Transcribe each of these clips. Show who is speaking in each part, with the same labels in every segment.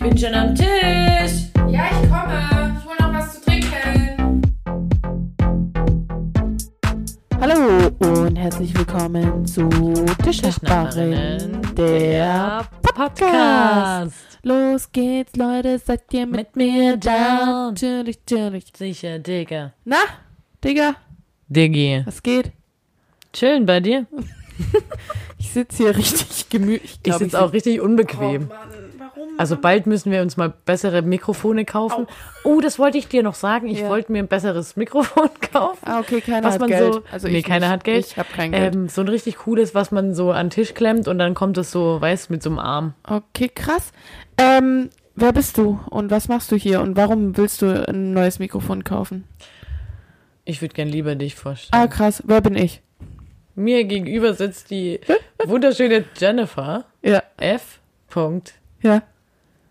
Speaker 1: bin schon am Tisch.
Speaker 2: Ja, ich komme. Ich hole noch was zu trinken.
Speaker 3: Hallo und herzlich willkommen zu Tischnachbarinnen, der Podcast. Los geht's, Leute, seid ihr mit,
Speaker 1: Mit mir
Speaker 3: da?
Speaker 1: down.
Speaker 3: Natürlich, natürlich.
Speaker 1: Sicher, Digga.
Speaker 3: Na, Digga,
Speaker 1: Diggi.
Speaker 3: was geht?
Speaker 1: Chillen bei dir?
Speaker 3: Ich sitze hier richtig gemütlich. Ich, Oh,
Speaker 4: Ich
Speaker 3: glaub,
Speaker 4: sitze auch richtig unbequem.
Speaker 2: Mann, warum?
Speaker 4: Also bald müssen wir uns mal bessere Mikrofone kaufen. Oh, das wollte ich dir noch sagen. Ich
Speaker 3: Ja.
Speaker 4: wollte mir ein besseres Mikrofon kaufen.
Speaker 3: Ah, okay, keiner
Speaker 4: was
Speaker 3: hat
Speaker 4: man
Speaker 3: Geld.
Speaker 4: so.
Speaker 3: Also
Speaker 4: nee,
Speaker 3: ich
Speaker 4: keiner
Speaker 3: nicht.
Speaker 4: hat Geld.
Speaker 3: Ich hab kein Geld.
Speaker 4: Ähm, so ein richtig cooles, was man so an den Tisch klemmt und dann kommt das so, weißt mit so einem Arm.
Speaker 3: Okay, krass. Ähm, wer bist du und was machst du hier und warum willst du ein neues Mikrofon kaufen?
Speaker 4: Ich würde gern lieber dich vorstellen.
Speaker 3: Ah, krass, wer bin ich?
Speaker 4: Mir gegenüber sitzt die wunderschöne Jennifer
Speaker 3: Ja,
Speaker 4: F. Punkt.
Speaker 3: ja.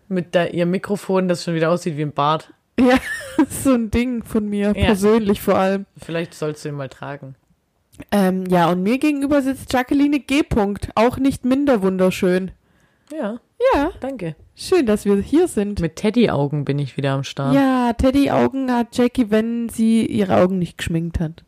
Speaker 4: Mit da, ihrem Mikrofon, das schon wieder aussieht wie ein Bart.
Speaker 3: Ja, das ist so ein Ding von mir,
Speaker 4: Ja.
Speaker 3: persönlich vor allem.
Speaker 4: Vielleicht sollst du ihn mal tragen.
Speaker 3: Ähm, ja, und mir gegenüber sitzt Jacqueline G. Punkt, auch nicht minder wunderschön.
Speaker 4: Ja,
Speaker 3: Ja,
Speaker 4: danke.
Speaker 3: schön, dass wir hier sind.
Speaker 4: Mit Teddy-Augen bin ich wieder am Start.
Speaker 3: Ja, Teddy-Augen hat Jackie, wenn sie ihre Augen nicht geschminkt hat.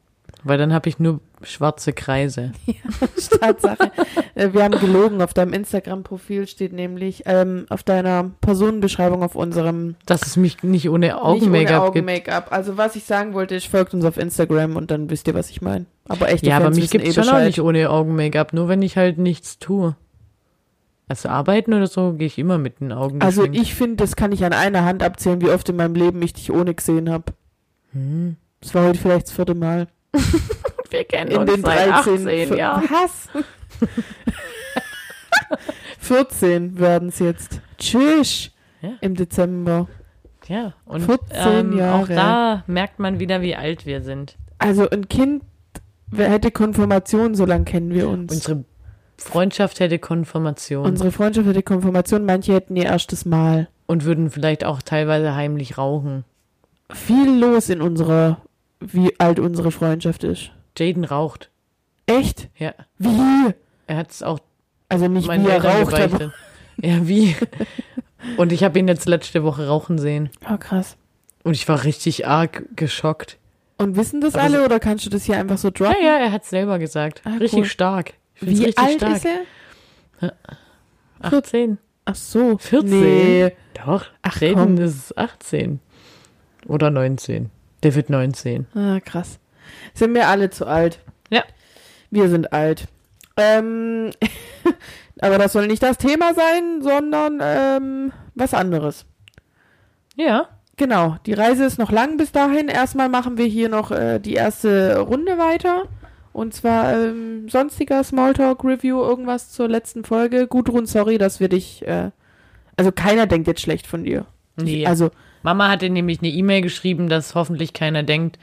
Speaker 4: Weil dann habe ich nur schwarze Kreise.
Speaker 3: Tatsache. Äh, wir haben gelogen. Auf deinem Instagram-Profil steht nämlich, ähm, auf deiner Personenbeschreibung auf unserem
Speaker 4: Dass es mich nicht ohne
Speaker 3: nicht ohne
Speaker 4: Augen-Make-up gibt.
Speaker 3: Augen-Make-up. Also was ich sagen wollte, ist, folgt uns auf Instagram und dann wisst ihr, was ich meine. Aber echte
Speaker 4: Ja,
Speaker 3: Fans
Speaker 4: aber mich
Speaker 3: wissen
Speaker 4: gibt
Speaker 3: eh
Speaker 4: es schon auch
Speaker 3: Bescheid.
Speaker 4: nicht ohne Augen-Make-up, nur wenn ich halt nichts tue. Also arbeiten oder so gehe ich immer mit den Augen.
Speaker 3: Also
Speaker 4: geschminkt.
Speaker 3: ich finde, das kann ich an einer Hand abzählen, wie oft in meinem Leben ich dich ohne gesehen habe. Das war heute vielleicht das vierte Mal.
Speaker 4: Hm. wir kennen
Speaker 3: In den 13, vier- Was? 14 werden es jetzt. Tschüss.
Speaker 4: Ja.
Speaker 3: Im Dezember.
Speaker 4: Ja, und
Speaker 3: 14
Speaker 4: ähm, auch
Speaker 3: Jahre.
Speaker 4: da merkt man wieder, wie alt wir sind.
Speaker 3: Also ein Kind wer hätte Konfirmation, so lange kennen wir uns.
Speaker 4: Unsere Freundschaft hätte Konfirmation
Speaker 3: Unsere Freundschaft hätte Konfirmation, manche hätten ihr erstes Mal.
Speaker 4: und würden vielleicht auch teilweise heimlich rauchen.
Speaker 3: Viel los in unserer, wie alt unsere Freundschaft ist.
Speaker 4: Jaden raucht.
Speaker 3: Echt?
Speaker 4: Ja,
Speaker 3: Wie?
Speaker 4: er hat es auch
Speaker 3: Also nicht
Speaker 4: meinen
Speaker 3: wie er
Speaker 4: Eltern
Speaker 3: raucht, aber
Speaker 4: gebeichtet. Ja, wie? Und ich habe ihn jetzt letzte Woche rauchen sehen.
Speaker 3: Ah, krass.
Speaker 4: Und ich war richtig arg geschockt.
Speaker 3: Und wissen das
Speaker 4: Aber
Speaker 3: alle oder kannst du das hier einfach so droppen?
Speaker 4: Ja, ja, er hat selber gesagt.
Speaker 3: Ah,
Speaker 4: richtig
Speaker 3: cool.
Speaker 4: stark. Ich find's
Speaker 3: Wie
Speaker 4: richtig
Speaker 3: alt
Speaker 4: stark.
Speaker 3: ist er?
Speaker 4: 14.
Speaker 3: Ach so.
Speaker 4: 14?
Speaker 3: Nee.
Speaker 4: Doch,
Speaker 3: Ach,
Speaker 4: Ach, Reden
Speaker 3: komm.
Speaker 4: ist 18. Oder 19. Der wird 19.
Speaker 3: Ah, krass. Sind wir alle zu alt?
Speaker 4: Ja.
Speaker 3: Wir sind alt. Ähm, aber das soll nicht das Thema sein, sondern ähm, was anderes.
Speaker 4: Ja.
Speaker 3: Genau, die Reise ist noch lang bis dahin. Erstmal machen wir hier noch äh, die erste Runde weiter. Und zwar ähm, sonstiger Smalltalk-Review, irgendwas zur letzten Folge. Gudrun, sorry, dass wir dich. Äh, also keiner denkt jetzt schlecht von dir.
Speaker 4: Nee.
Speaker 3: Also,
Speaker 4: Mama hatte nämlich eine E-Mail geschrieben, dass hoffentlich keiner denkt,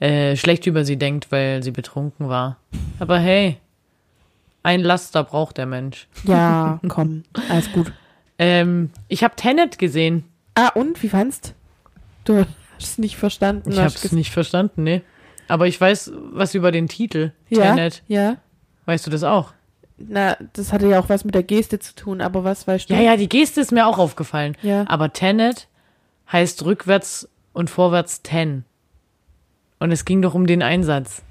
Speaker 4: äh, schlecht über sie denkt, weil sie betrunken war. Aber hey, ein Laster braucht der Mensch.
Speaker 3: ja, komm, alles gut.
Speaker 4: Ähm, ich habe Tenet gesehen.
Speaker 3: Ah, und wie fandst du? hast es nicht verstanden.
Speaker 4: Ich
Speaker 3: hast
Speaker 4: habe es
Speaker 3: ges-
Speaker 4: nicht verstanden, ne? Aber ich weiß was über den Titel.
Speaker 3: ja,
Speaker 4: Tenet.
Speaker 3: Ja.
Speaker 4: Weißt du das auch?
Speaker 3: Na, das hatte ja auch was mit der Geste zu tun, aber was weißt du?
Speaker 4: Ja, Ah, ja, die Geste ist mir auch aufgefallen.
Speaker 3: Ja.
Speaker 4: Aber Tenet heißt rückwärts und vorwärts Ten. Und es ging doch um den Einsatz.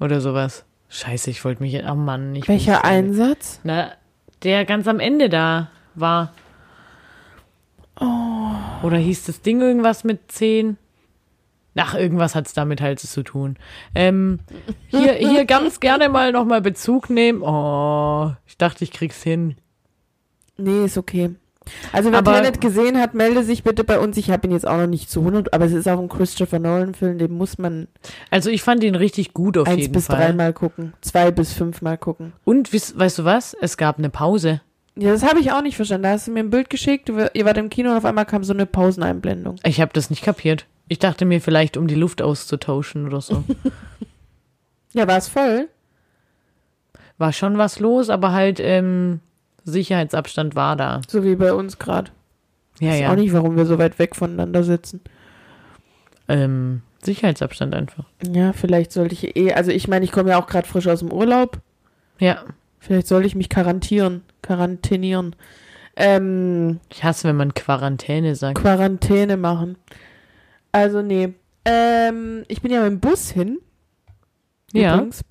Speaker 4: Oder sowas. Scheiße, ich wollte mich. Oh Mann, ich.
Speaker 3: Welcher Einsatz?
Speaker 4: Na, Ne? der ganz am Ende da war. Oh. Oder hieß das Ding irgendwas mit 10? Ach, irgendwas hat's damit halt zu tun. Ähm, hier, hier ganz gerne mal nochmal Bezug nehmen. Oh, ich dachte, ich krieg's hin.
Speaker 3: Nee, ist okay. Also wer
Speaker 4: Aber-
Speaker 3: Tenet gesehen hat, melde sich bitte bei uns. Ich habe ihn jetzt auch noch nicht zu 100, aber es ist auch ein Christopher Nolan-Film, den muss man
Speaker 4: Also ich fand den richtig gut auf
Speaker 3: eins
Speaker 4: jeden
Speaker 3: bis
Speaker 4: Fall.
Speaker 3: dreimal gucken, zwei bis fünfmal gucken.
Speaker 4: Und weißt, weißt du was? Es gab eine Pause.
Speaker 3: Ja, das habe ich auch nicht verstanden. Da hast du mir ein Bild geschickt, du- ihr wart im Kino und auf einmal kam so eine Pauseneinblendung.
Speaker 4: Ich habe das nicht kapiert. Ich dachte mir vielleicht, um die Luft auszutauschen oder so.
Speaker 3: Ja, war es voll?
Speaker 4: War schon was los, aber halt ähm, Sicherheitsabstand war da.
Speaker 3: So wie bei uns gerade.
Speaker 4: Ja,
Speaker 3: Ich weiß
Speaker 4: ja.
Speaker 3: auch nicht, warum wir so weit weg voneinander sitzen.
Speaker 4: ähm, Sicherheitsabstand einfach.
Speaker 3: Ja, vielleicht sollte ich eh, also ich meine, ich komme ja auch gerade frisch aus dem Urlaub.
Speaker 4: Ja.
Speaker 3: Vielleicht sollte ich mich quarantieren, quarantinieren. ähm,
Speaker 4: Ich hasse, wenn man Quarantäne sagt.
Speaker 3: Quarantäne machen. Also, nee. Ähm, ich bin ja mit dem Bus hin.
Speaker 4: Ja.
Speaker 3: Übrigens.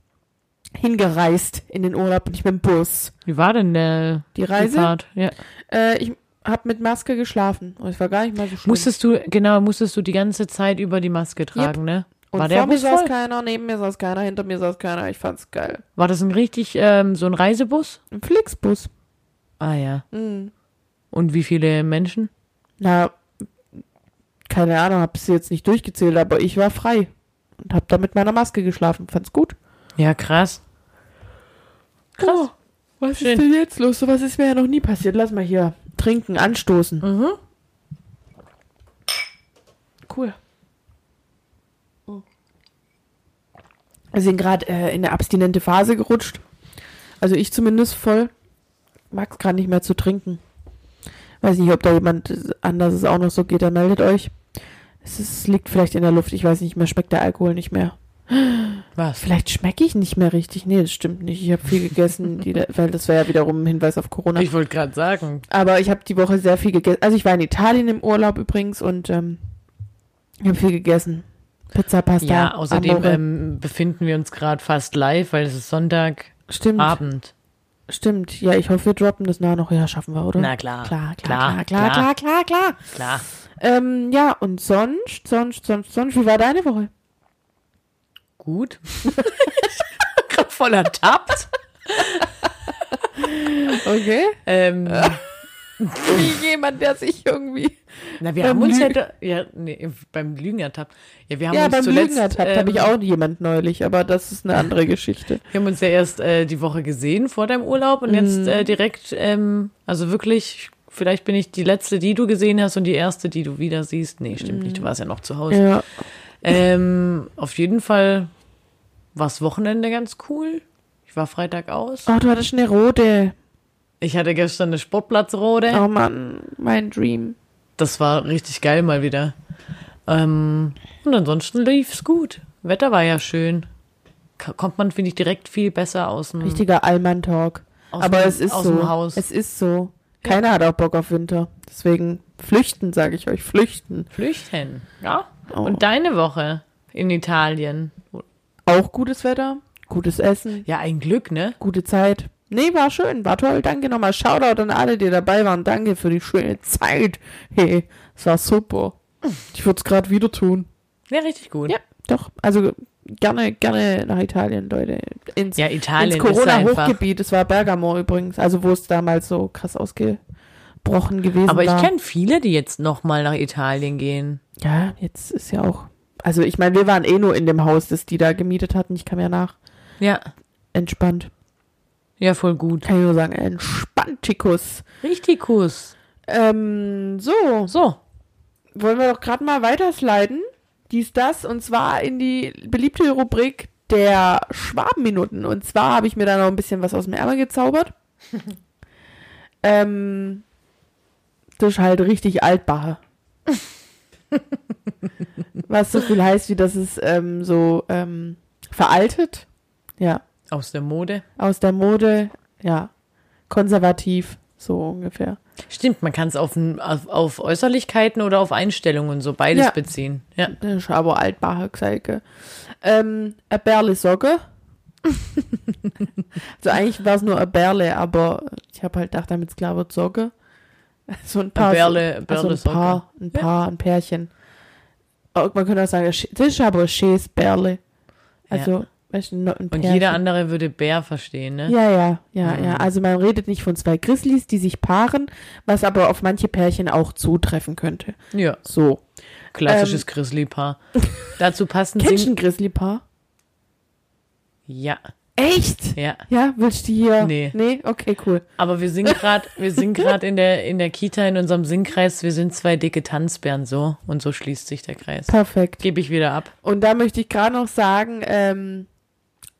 Speaker 3: Hingereist in den Urlaub und ich mit dem Bus.
Speaker 4: Wie war denn der
Speaker 3: Die
Speaker 4: die
Speaker 3: Reise?
Speaker 4: Fahrt? Ja.
Speaker 3: Äh, ich habe mit Maske geschlafen. Und es war gar nicht mal so schlimm.
Speaker 4: Musstest du, genau, musstest du die ganze Zeit über die Maske tragen, ne?
Speaker 3: und
Speaker 4: War
Speaker 3: vor
Speaker 4: der
Speaker 3: mir
Speaker 4: Bus
Speaker 3: saß
Speaker 4: voll?
Speaker 3: keiner, neben mir saß keiner, hinter mir saß keiner. Ich fand's geil.
Speaker 4: War das ein richtig, ähm, so ein Reisebus?
Speaker 3: Ein Flixbus.
Speaker 4: Ah ja.
Speaker 3: Mhm.
Speaker 4: Und wie viele Menschen?
Speaker 3: Na, keine Ahnung, hab's jetzt nicht durchgezählt, aber ich war frei. Und hab da mit meiner Maske geschlafen. Fand's gut.
Speaker 4: Ja, krass. Krass.
Speaker 3: Was
Speaker 4: Schön.
Speaker 3: ist denn jetzt los? So was ist mir ja noch nie passiert. Lass mal hier trinken, anstoßen. Cool. Oh. Wir sind gerade äh, in eine abstinente Phase gerutscht. Also ich zumindest voll. Mag es gerade nicht mehr zu trinken. Weiß nicht, ob da jemand anders es auch noch so geht, dann meldet euch. Es ist, liegt vielleicht in der Luft. Ich weiß nicht mehr, schmeckt der Alkohol nicht mehr.
Speaker 4: Was?
Speaker 3: Vielleicht schmecke ich nicht mehr richtig. Nee, das stimmt nicht. Ich habe viel gegessen, die, weil das wäre ja wiederum ein Hinweis auf Corona.
Speaker 4: Ich wollte gerade sagen.
Speaker 3: Aber ich habe die Woche sehr viel gegessen. Also ich war in Italien im Urlaub übrigens und ähm, ich habe viel gegessen. Pizza, Pasta.
Speaker 4: Ja, außerdem
Speaker 3: Amore.
Speaker 4: ähm, befinden wir uns gerade fast live, weil es ist Sonntagabend.
Speaker 3: stimmt, stimmt. Ja, ich hoffe, wir droppen das nachher noch. Ja, schaffen wir, oder?
Speaker 4: Na klar.
Speaker 3: Klar,
Speaker 4: Klar,
Speaker 3: klar, klar, klar, klar, klar, klar.
Speaker 4: Klar.
Speaker 3: Ähm, ja, und sonst, sonst, sonst, sonst, wie war deine Woche?
Speaker 4: Gut. Gerade voll ertappt.
Speaker 3: Okay.
Speaker 4: ähm,
Speaker 3: wie jemand, der sich irgendwie.
Speaker 4: na, wir
Speaker 3: Beim
Speaker 4: haben uns ja,
Speaker 3: Lügen-
Speaker 4: da, ja nee, beim Lügen ertappt. Ja, wir haben
Speaker 3: Ja,
Speaker 4: uns
Speaker 3: beim
Speaker 4: zuletzt,
Speaker 3: Lügen ertappt habe ich
Speaker 4: ähm,
Speaker 3: auch jemand neulich, aber das ist eine andere Geschichte.
Speaker 4: Wir haben uns ja erst äh, die Woche gesehen vor deinem Urlaub und
Speaker 3: Mhm.
Speaker 4: jetzt äh, direkt, ähm, also wirklich, vielleicht bin ich die letzte, die du gesehen hast und die erste, die du wieder siehst. Nee, stimmt nicht, du warst ja noch zu Hause.
Speaker 3: Mhm. Ja.
Speaker 4: Ähm, auf jeden Fall war das Wochenende ganz cool. Ich war Freitag aus.
Speaker 3: Oh, du hattest eine rote.
Speaker 4: Ich hatte gestern eine Sportplatzrode.
Speaker 3: Oh Mann, mein Dream.
Speaker 4: Das war richtig geil mal wieder. Ähm, und ansonsten lief's gut. Wetter war ja schön. Ka- Kommt man, finde ich, direkt viel besser aus dem
Speaker 3: Richtiger Allmann-Talk.
Speaker 4: Mhm. Aus
Speaker 3: Aber
Speaker 4: dem-
Speaker 3: es ist
Speaker 4: aus
Speaker 3: so.
Speaker 4: dem Haus.
Speaker 3: Es ist so. Keiner hat auch Bock auf Winter. Deswegen flüchten, sage ich euch, flüchten.
Speaker 4: Flüchten. Ja.
Speaker 3: Oh.
Speaker 4: Und deine Woche in Italien.
Speaker 3: Auch gutes Wetter, gutes Essen,
Speaker 4: Ja, ein Glück, ne?
Speaker 3: gute Zeit. Nee, war schön, war toll. Danke nochmal. Shoutout an alle, die dabei waren. Danke für die schöne Zeit. Hey, es war super. Ich würde es gerade wieder tun.
Speaker 4: Ja, richtig gut.
Speaker 3: Ja, doch. Also gerne, gerne nach Italien, Leute. Ins,
Speaker 4: Ja, Italien
Speaker 3: ins
Speaker 4: ist einfach.
Speaker 3: Corona-Hochgebiet. Es war Bergamo übrigens. Also wo es damals so krass ausgebrochen gewesen
Speaker 4: Aber
Speaker 3: war.
Speaker 4: ich kenne viele, die jetzt nochmal nach Italien gehen.
Speaker 3: Ja, jetzt ist ja auch. Also ich meine, wir waren eh nur in dem Haus, das die da gemietet hatten. Ich kam ja nach.
Speaker 4: Ja.
Speaker 3: Entspannt.
Speaker 4: Ja, voll gut.
Speaker 3: Kann ich nur sagen, entspanntikus.
Speaker 4: Richtigus.
Speaker 3: Ähm, so,
Speaker 4: So.
Speaker 3: wollen wir doch gerade mal weitersliden. Dies, das, und zwar in die beliebte Rubrik der Schwabenminuten. Und zwar habe ich mir da noch ein bisschen was aus dem Ärmel gezaubert. ähm, das ist halt richtig altbache. was so viel heißt, wie dass es ähm, so ähm, veraltet. Ja,
Speaker 4: Aus der Mode.
Speaker 3: aus der Mode, ja, konservativ, so ungefähr.
Speaker 4: Stimmt, man kann es auf, n- auf, auf Äußerlichkeiten oder auf Einstellungen so beides
Speaker 3: Ja.
Speaker 4: beziehen. Ja.
Speaker 3: Das ist aber altbacher gesagt. gell. Ähm, eine Berle Socke. also eigentlich war es nur eine Berle, aber ich habe halt gedacht, damit es klar wird Socke. So ein paar.
Speaker 4: Eine Berle-
Speaker 3: also
Speaker 4: Berle
Speaker 3: ein
Speaker 4: Socke.
Speaker 3: Paar, ein Paar, ein Pärchen. Aber man könnte auch sagen, das ist aber ein schönes Berle. Also, weißt du, ein
Speaker 4: Und
Speaker 3: Pärchen.
Speaker 4: jeder andere würde Bär verstehen, ne?
Speaker 3: Ja, ja, ja, ja. Also man redet nicht von zwei Grizzlies, die sich paaren, was aber auf manche Pärchen auch zutreffen könnte.
Speaker 4: Ja.
Speaker 3: So.
Speaker 4: Klassisches
Speaker 3: Ähm.
Speaker 4: Grizzly-Paar. Dazu passend
Speaker 3: Kennst du
Speaker 4: sind.
Speaker 3: ein Grizzly-Paar?
Speaker 4: Ja,
Speaker 3: Echt?
Speaker 4: ja.
Speaker 3: Ja, willst du die hier?
Speaker 4: Nee.
Speaker 3: Nee? Okay, cool.
Speaker 4: Aber wir sind gerade, wir sind gerade in der in der Kita in unserem Singkreis. Wir sind zwei dicke Tanzbären so und so schließt sich der Kreis.
Speaker 3: Perfekt.
Speaker 4: Gebe ich wieder ab.
Speaker 3: Und da möchte ich gerade noch sagen, ähm,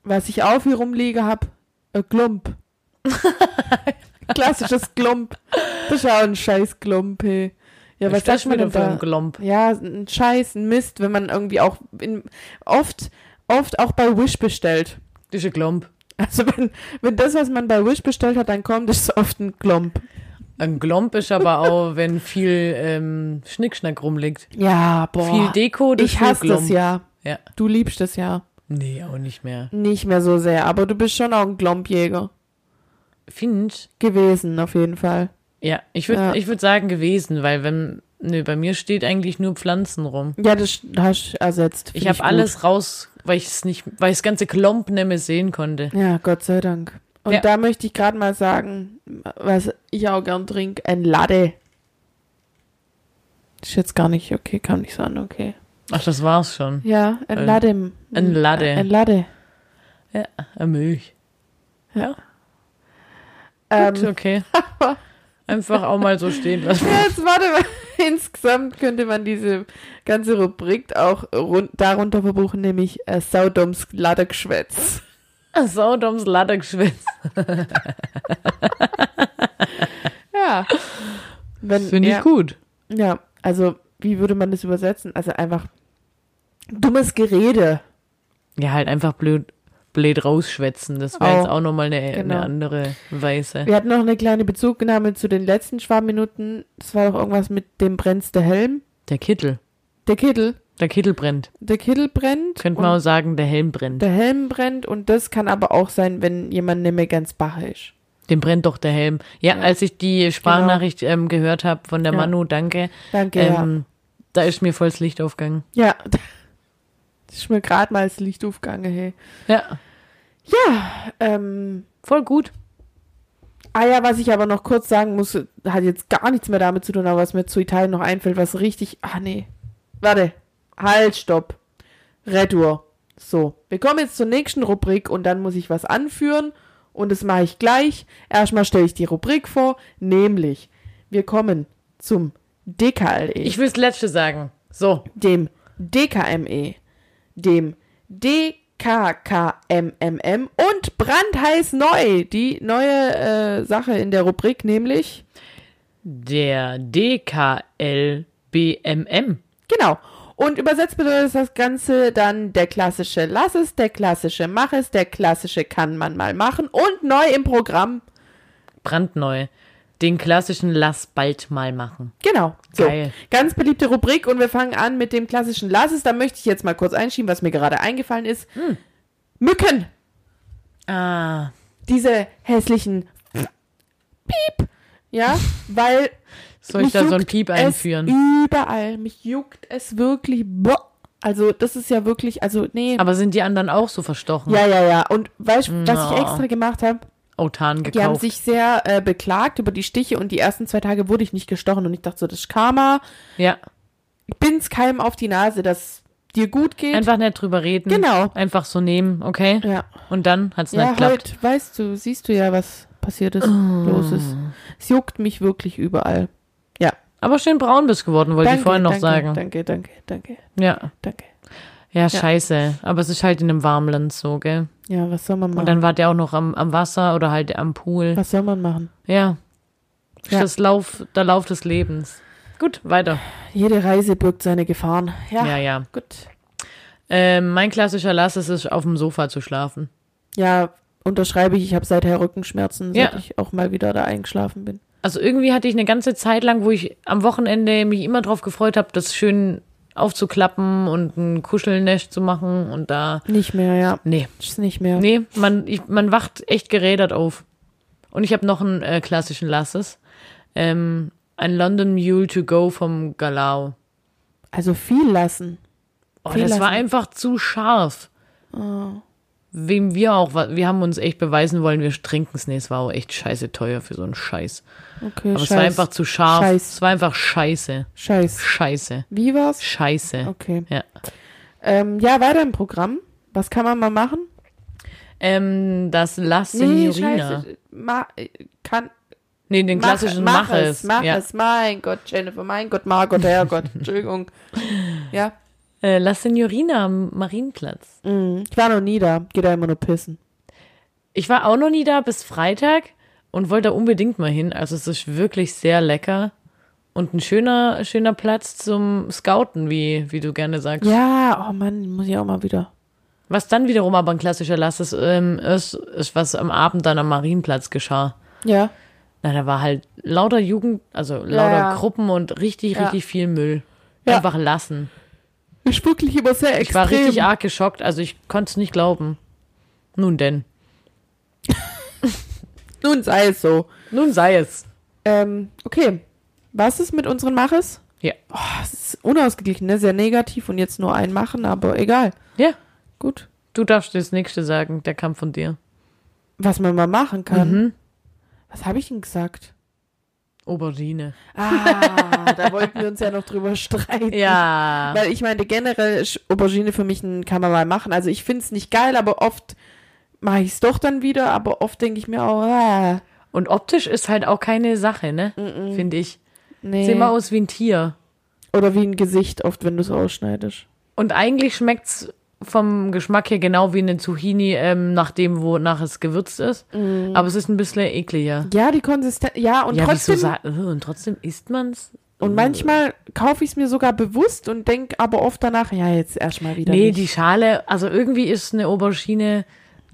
Speaker 3: was ich auf hier rumlege hab, äh, Glump. Klassisches Glump. Das ist ja auch ein scheiß Glump, hey. Ja, was sagt man
Speaker 4: wieder
Speaker 3: denn
Speaker 4: für
Speaker 3: da?
Speaker 4: einen Glomp?
Speaker 3: Ja, ein Scheiß, ein Mist, wenn man irgendwie auch in, oft, oft auch bei Wish bestellt.
Speaker 4: Das ist ein Glomp.
Speaker 3: Also wenn, wenn das, was man bei Wish bestellt hat, dann kommt, ist es oft ein Glomp.
Speaker 4: Ein Glomp ist aber auch, wenn viel ähm, Schnickschnack rumliegt.
Speaker 3: Ja, boah.
Speaker 4: viel Deko, das
Speaker 3: ich hasse
Speaker 4: Glomp.
Speaker 3: das ja.
Speaker 4: Ja.
Speaker 3: Du liebst das ja.
Speaker 4: Nee, auch nicht mehr.
Speaker 3: Nicht mehr so sehr, aber du bist schon auch ein Glompjäger
Speaker 4: Finch?
Speaker 3: gewesen, auf jeden Fall.
Speaker 4: Ja, ich würde
Speaker 3: Ja.
Speaker 4: ich würd sagen gewesen, weil wenn, nee, bei mir steht eigentlich nur Pflanzen rum.
Speaker 3: Ja, das hast du ersetzt. Find
Speaker 4: Ich habe
Speaker 3: gut.
Speaker 4: alles raus, weil ich es nicht, weil ich das ganze Klomp nicht mehr sehen konnte.
Speaker 3: Ja, Gott sei Dank. Und
Speaker 4: Ja.
Speaker 3: da möchte ich gerade mal sagen, was ich auch gern trinke, ein Latte. Ist jetzt gar nicht okay, kam nicht so an, okay.
Speaker 4: Ach, das war's schon.
Speaker 3: Ja, ein
Speaker 4: Ein-
Speaker 3: Latte.
Speaker 4: Äh, ein Latte.
Speaker 3: Ein Latte.
Speaker 4: Eine Milch. Gut,
Speaker 3: Ähm,
Speaker 4: okay. Einfach auch mal so stehen lassen.
Speaker 3: jetzt warte mal. Insgesamt könnte man diese ganze Rubrik auch rund, darunter verbuchen, nämlich äh, Saudoms Laddergeschwätz.
Speaker 4: Saudoms Laddergeschwätz.
Speaker 3: Ja. Wenn,
Speaker 4: Finde ich
Speaker 3: ja.
Speaker 4: gut.
Speaker 3: Ja, also wie würde man das übersetzen? Also einfach dummes Gerede.
Speaker 4: Ja, halt einfach blöd, blöd rausschwätzen. Das wäre
Speaker 3: Oh.
Speaker 4: jetzt auch nochmal eine,
Speaker 3: Genau.
Speaker 4: eine andere Weise.
Speaker 3: Wir hatten noch eine kleine Bezugnahme zu den letzten Schwarmminuten. Das war doch irgendwas mit dem brennst der Helm.
Speaker 4: Der Kittel.
Speaker 3: Der Kittel.
Speaker 4: Der Kittel brennt.
Speaker 3: Der Kittel brennt.
Speaker 4: Könnte
Speaker 3: und
Speaker 4: man auch sagen, der Helm brennt.
Speaker 3: der Helm brennt und das kann aber auch sein, wenn jemand nicht mehr ganz bach ist.
Speaker 4: Dem brennt doch der Helm. Ja,
Speaker 3: Ja. Genau.
Speaker 4: als ich die Sprachnachricht ähm, gehört habe von der
Speaker 3: Ja.
Speaker 4: Manu, danke.
Speaker 3: Danke,
Speaker 4: Ähm, Da ist mir voll das Licht aufgegangen.
Speaker 3: ja. Ja. Das ist mir gerade mal das Licht aufgegangen, hey.
Speaker 4: Ja,
Speaker 3: Ja, ähm,
Speaker 4: voll gut.
Speaker 3: Ah ja, was ich aber noch kurz sagen muss, hat jetzt gar nichts mehr damit zu tun, aber was mir zu Italien noch einfällt, was richtig. Ah nee. Warte. Halt, stopp. Retour. So, wir kommen jetzt zur nächsten Rubrik und dann muss ich was anführen und das mache ich gleich. Erstmal stelle ich die Rubrik vor, nämlich wir kommen zum DKLE,
Speaker 4: Ich will das Letzte sagen. So,
Speaker 3: dem DKME, E, dem DKKMMM und brandheiß neu, die neue äh, Sache in der Rubrik, nämlich
Speaker 4: der DKLBMM.
Speaker 3: Genau. Und übersetzt bedeutet das Ganze dann der klassische Lass es, der klassische Mach es, der klassische kann man mal machen und neu im Programm.
Speaker 4: Brandneu. Den klassischen Lass bald mal machen.
Speaker 3: Genau. So.
Speaker 4: Geil.
Speaker 3: Ganz beliebte Rubrik und wir fangen an mit dem klassischen Lass es. Da möchte ich jetzt mal kurz einschieben, was mir gerade eingefallen ist. Mücken.
Speaker 4: Ah,
Speaker 3: Diese hässlichen Piep. Ja, weil
Speaker 4: soll ich
Speaker 3: Mich
Speaker 4: da so ein
Speaker 3: juckt
Speaker 4: Piep
Speaker 3: es
Speaker 4: einführen?
Speaker 3: Überall. Mich juckt es wirklich. Boah. Also, das ist ja wirklich, also, nee.
Speaker 4: Aber sind die anderen auch so verstochen?
Speaker 3: ja, ja, ja. Und weißt du, was ich
Speaker 4: Na.
Speaker 3: extra gemacht habe?
Speaker 4: Autan
Speaker 3: Die haben
Speaker 4: gekauft.
Speaker 3: sich sehr äh, beklagt über die Stiche und die ersten zwei Tage wurde ich nicht gestochen und ich dachte so, das ist Karma.
Speaker 4: ja,
Speaker 3: Ich bin's keinem auf die Nase, dass dir gut geht.
Speaker 4: einfach nicht drüber reden.
Speaker 3: Genau.
Speaker 4: Einfach so nehmen, okay?
Speaker 3: ja,
Speaker 4: Und dann hat's nicht Ah.
Speaker 3: ja halt.
Speaker 4: geklappt.
Speaker 3: heute weißt du, siehst du ja, was passiert ist, los ist. Es juckt mich wirklich überall. Ja,
Speaker 4: Aber schön braun bist geworden, wollte
Speaker 3: danke,
Speaker 4: ich vorhin noch
Speaker 3: danke,
Speaker 4: sagen.
Speaker 3: Danke, danke, danke,
Speaker 4: Ja.
Speaker 3: danke.
Speaker 4: ja, scheiße. Aber es ist halt in einem warmen Land so, gell?
Speaker 3: Ja, was soll man machen?
Speaker 4: Und dann war der auch noch am, am Wasser oder halt am Pool.
Speaker 3: was soll man machen?
Speaker 4: Ja. Ist
Speaker 3: Ja.
Speaker 4: Das Lauf, der Lauf des Lebens. Gut, weiter.
Speaker 3: Jede Reise birgt seine Gefahren. Ja,
Speaker 4: Ja, ja.
Speaker 3: gut.
Speaker 4: Ähm, mein klassischer Lass ist es, auf dem Sofa zu schlafen.
Speaker 3: Ja, unterschreibe ich. Ich habe seither Rückenschmerzen, seit
Speaker 4: Ja.
Speaker 3: ich auch mal wieder da eingeschlafen bin.
Speaker 4: Also irgendwie hatte ich eine ganze Zeit lang, wo ich am Wochenende mich immer drauf gefreut habe, das schön aufzuklappen und ein Kuschelnest zu machen und da.
Speaker 3: Nicht mehr, ja.
Speaker 4: Nee,
Speaker 3: Ist nicht mehr.
Speaker 4: nee, man, ich, man wacht echt gerädert auf. Und ich habe noch einen äh, klassischen Lasses. Ähm, ein London Mule to go vom Galau.
Speaker 3: Also viel lassen.
Speaker 4: Oh,
Speaker 3: Viel
Speaker 4: das war
Speaker 3: lassen. Oh.
Speaker 4: einfach zu scharf. Wem wir auch, wa- wir haben uns echt beweisen wollen, wir trinken es. Nee, es war auch echt scheiße teuer für so einen Scheiß.
Speaker 3: Okay,
Speaker 4: Aber
Speaker 3: scheiß.
Speaker 4: es war einfach zu scharf.
Speaker 3: Scheiß.
Speaker 4: Es war einfach scheiße.
Speaker 3: Scheiß.
Speaker 4: Scheiße.
Speaker 3: Wie war's?
Speaker 4: Scheiße.
Speaker 3: Okay.
Speaker 4: Ja.
Speaker 3: Ähm, ja, weiter im Programm. Was kann man mal machen?
Speaker 4: Ähm, das La Signorina. Nee,
Speaker 3: Ma äh, kann,
Speaker 4: den klassischen Mach,
Speaker 3: mach, mach es.
Speaker 4: es.
Speaker 3: Mach
Speaker 4: ja.
Speaker 3: es. Mein Gott, Jennifer. Mein Gott, Margot, Herrgott. Entschuldigung. Ja.
Speaker 4: Äh, La Signorina am Marienplatz.
Speaker 3: Mhm. Ich war noch nie da. Geh da immer nur pissen.
Speaker 4: Ich war auch noch nie da bis Freitag und wollte da unbedingt mal hin. Also es ist wirklich sehr lecker. Und ein schöner, schöner Platz zum Scouten, wie, wie du gerne sagst.
Speaker 3: Ja, oh Mann, muss ich auch mal wieder.
Speaker 4: Was dann wiederum aber ein klassischer Lass ist, ähm, ist, ist, was am Abend dann am Marienplatz geschah.
Speaker 3: Ja.
Speaker 4: Na, da war halt lauter Jugend, also lauter
Speaker 3: ja.
Speaker 4: Gruppen und richtig,
Speaker 3: Ja.
Speaker 4: richtig viel Müll.
Speaker 3: Ja.
Speaker 4: Einfach lassen.
Speaker 3: Ist wirklich immer sehr
Speaker 4: Ich war
Speaker 3: extrem.
Speaker 4: richtig arg geschockt, also ich konnte es nicht glauben. Nun denn.
Speaker 3: Nun sei es so.
Speaker 4: Nun sei es.
Speaker 3: Ähm, okay. Was ist mit unseren Maches?
Speaker 4: Ja.
Speaker 3: Oh, es ist unausgeglichen, ne? Sehr negativ und jetzt nur ein Machen, aber egal.
Speaker 4: Ja.
Speaker 3: Gut.
Speaker 4: Du darfst das nächste sagen, der kam von dir.
Speaker 3: Was man mal machen kann.
Speaker 4: Mhm.
Speaker 3: Was habe ich denn gesagt?
Speaker 4: Aubergine.
Speaker 3: Ah, da wollten wir uns ja noch drüber streiten.
Speaker 4: Ja.
Speaker 3: Weil ich meine, generell ist Aubergine für mich ein, kann man mal machen. Also ich finde es nicht geil, aber oft mache ich es doch dann wieder, aber oft denke ich mir auch, ah,
Speaker 4: Und optisch ist halt auch keine Sache, ne? Finde ich.
Speaker 3: nee.
Speaker 4: Sieht mal aus wie ein Tier.
Speaker 3: Oder wie ein Gesicht oft, wenn du es ausschneidest.
Speaker 4: Und eigentlich schmeckt's vom Geschmack her genau wie eine Zucchini, ähm, nach dem, wonach es gewürzt ist. Aber es ist ein bisschen ekliger.
Speaker 3: Ja, die Konsistenz, ja, Mm. und
Speaker 4: ja, wieso
Speaker 3: trotzdem,
Speaker 4: sa- äh, und trotzdem isst man's?
Speaker 3: und manchmal kaufe ich es mir sogar bewusst und denke aber oft danach, ja, jetzt erstmal wieder
Speaker 4: Nee,
Speaker 3: nicht.
Speaker 4: die Schale, also irgendwie ist eine Aubergine,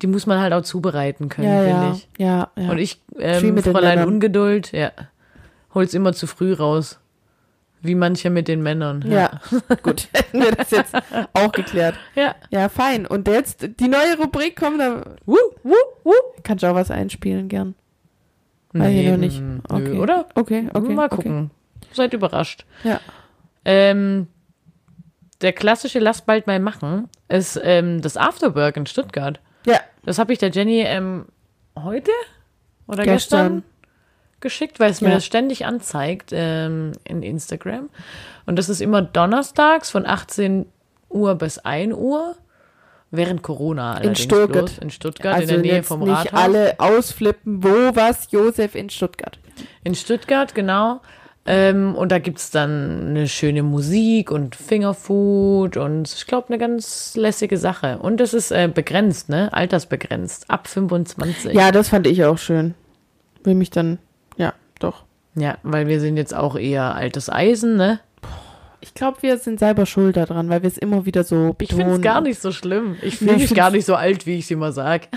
Speaker 4: die muss man halt auch zubereiten können,
Speaker 3: ja,
Speaker 4: finde
Speaker 3: ja,
Speaker 4: ich.
Speaker 3: ja, ja.
Speaker 4: Und ich,
Speaker 3: Viel
Speaker 4: ähm,
Speaker 3: mit den
Speaker 4: Fräulein
Speaker 3: Männern.
Speaker 4: Ungeduld, ja, hol's immer zu früh raus. Wie manche mit den Männern.
Speaker 3: ja, gut, hätten wir das jetzt auch geklärt.
Speaker 4: Ja.
Speaker 3: Ja, fein. Und jetzt die neue Rubrik kommt, da
Speaker 4: Wuh, wuh, wuh.
Speaker 3: kannst du auch was einspielen gern. Weiß ich noch nicht.
Speaker 4: mm,
Speaker 3: Okay.
Speaker 4: Nö, oder?
Speaker 3: Okay, okay.
Speaker 4: Mal
Speaker 3: okay.
Speaker 4: gucken. Seid überrascht.
Speaker 3: Ja.
Speaker 4: Ähm, der klassische Lass bald mal machen ist ähm, das Afterwork in Stuttgart.
Speaker 3: Ja,
Speaker 4: Das habe ich der Jenny ähm, heute oder
Speaker 3: Gestern.
Speaker 4: gestern, geschickt, weil es mir
Speaker 3: Ja.
Speaker 4: das ständig anzeigt ähm, in Instagram. Und das ist immer donnerstags von 18 Uhr bis 1 Uhr. Während Corona allerdings
Speaker 3: Stuttgart.
Speaker 4: bloß, in Stuttgart,
Speaker 3: also
Speaker 4: in der Nähe
Speaker 3: jetzt
Speaker 4: vom
Speaker 3: nicht
Speaker 4: Rathaus.
Speaker 3: alle ausflippen, wo was Josef in Stuttgart.
Speaker 4: In Stuttgart, genau. Ähm, und da gibt's dann eine schöne Musik und Fingerfood und ich glaube eine ganz lässige Sache. Und es ist äh, begrenzt, ne? Altersbegrenzt. Ab 25.
Speaker 3: Ja, das fand ich auch schön. Will mich dann, ja, doch.
Speaker 4: ja, weil wir sind jetzt auch eher altes Eisen, ne?
Speaker 3: Ich glaube, wir sind selber schuld daran, weil wir es immer wieder so
Speaker 4: Ich
Speaker 3: betonen.
Speaker 4: find's gar nicht so schlimm. Ich
Speaker 3: Nee,
Speaker 4: fühle
Speaker 3: ich
Speaker 4: mich gar nicht so alt, wie ich sie immer sag.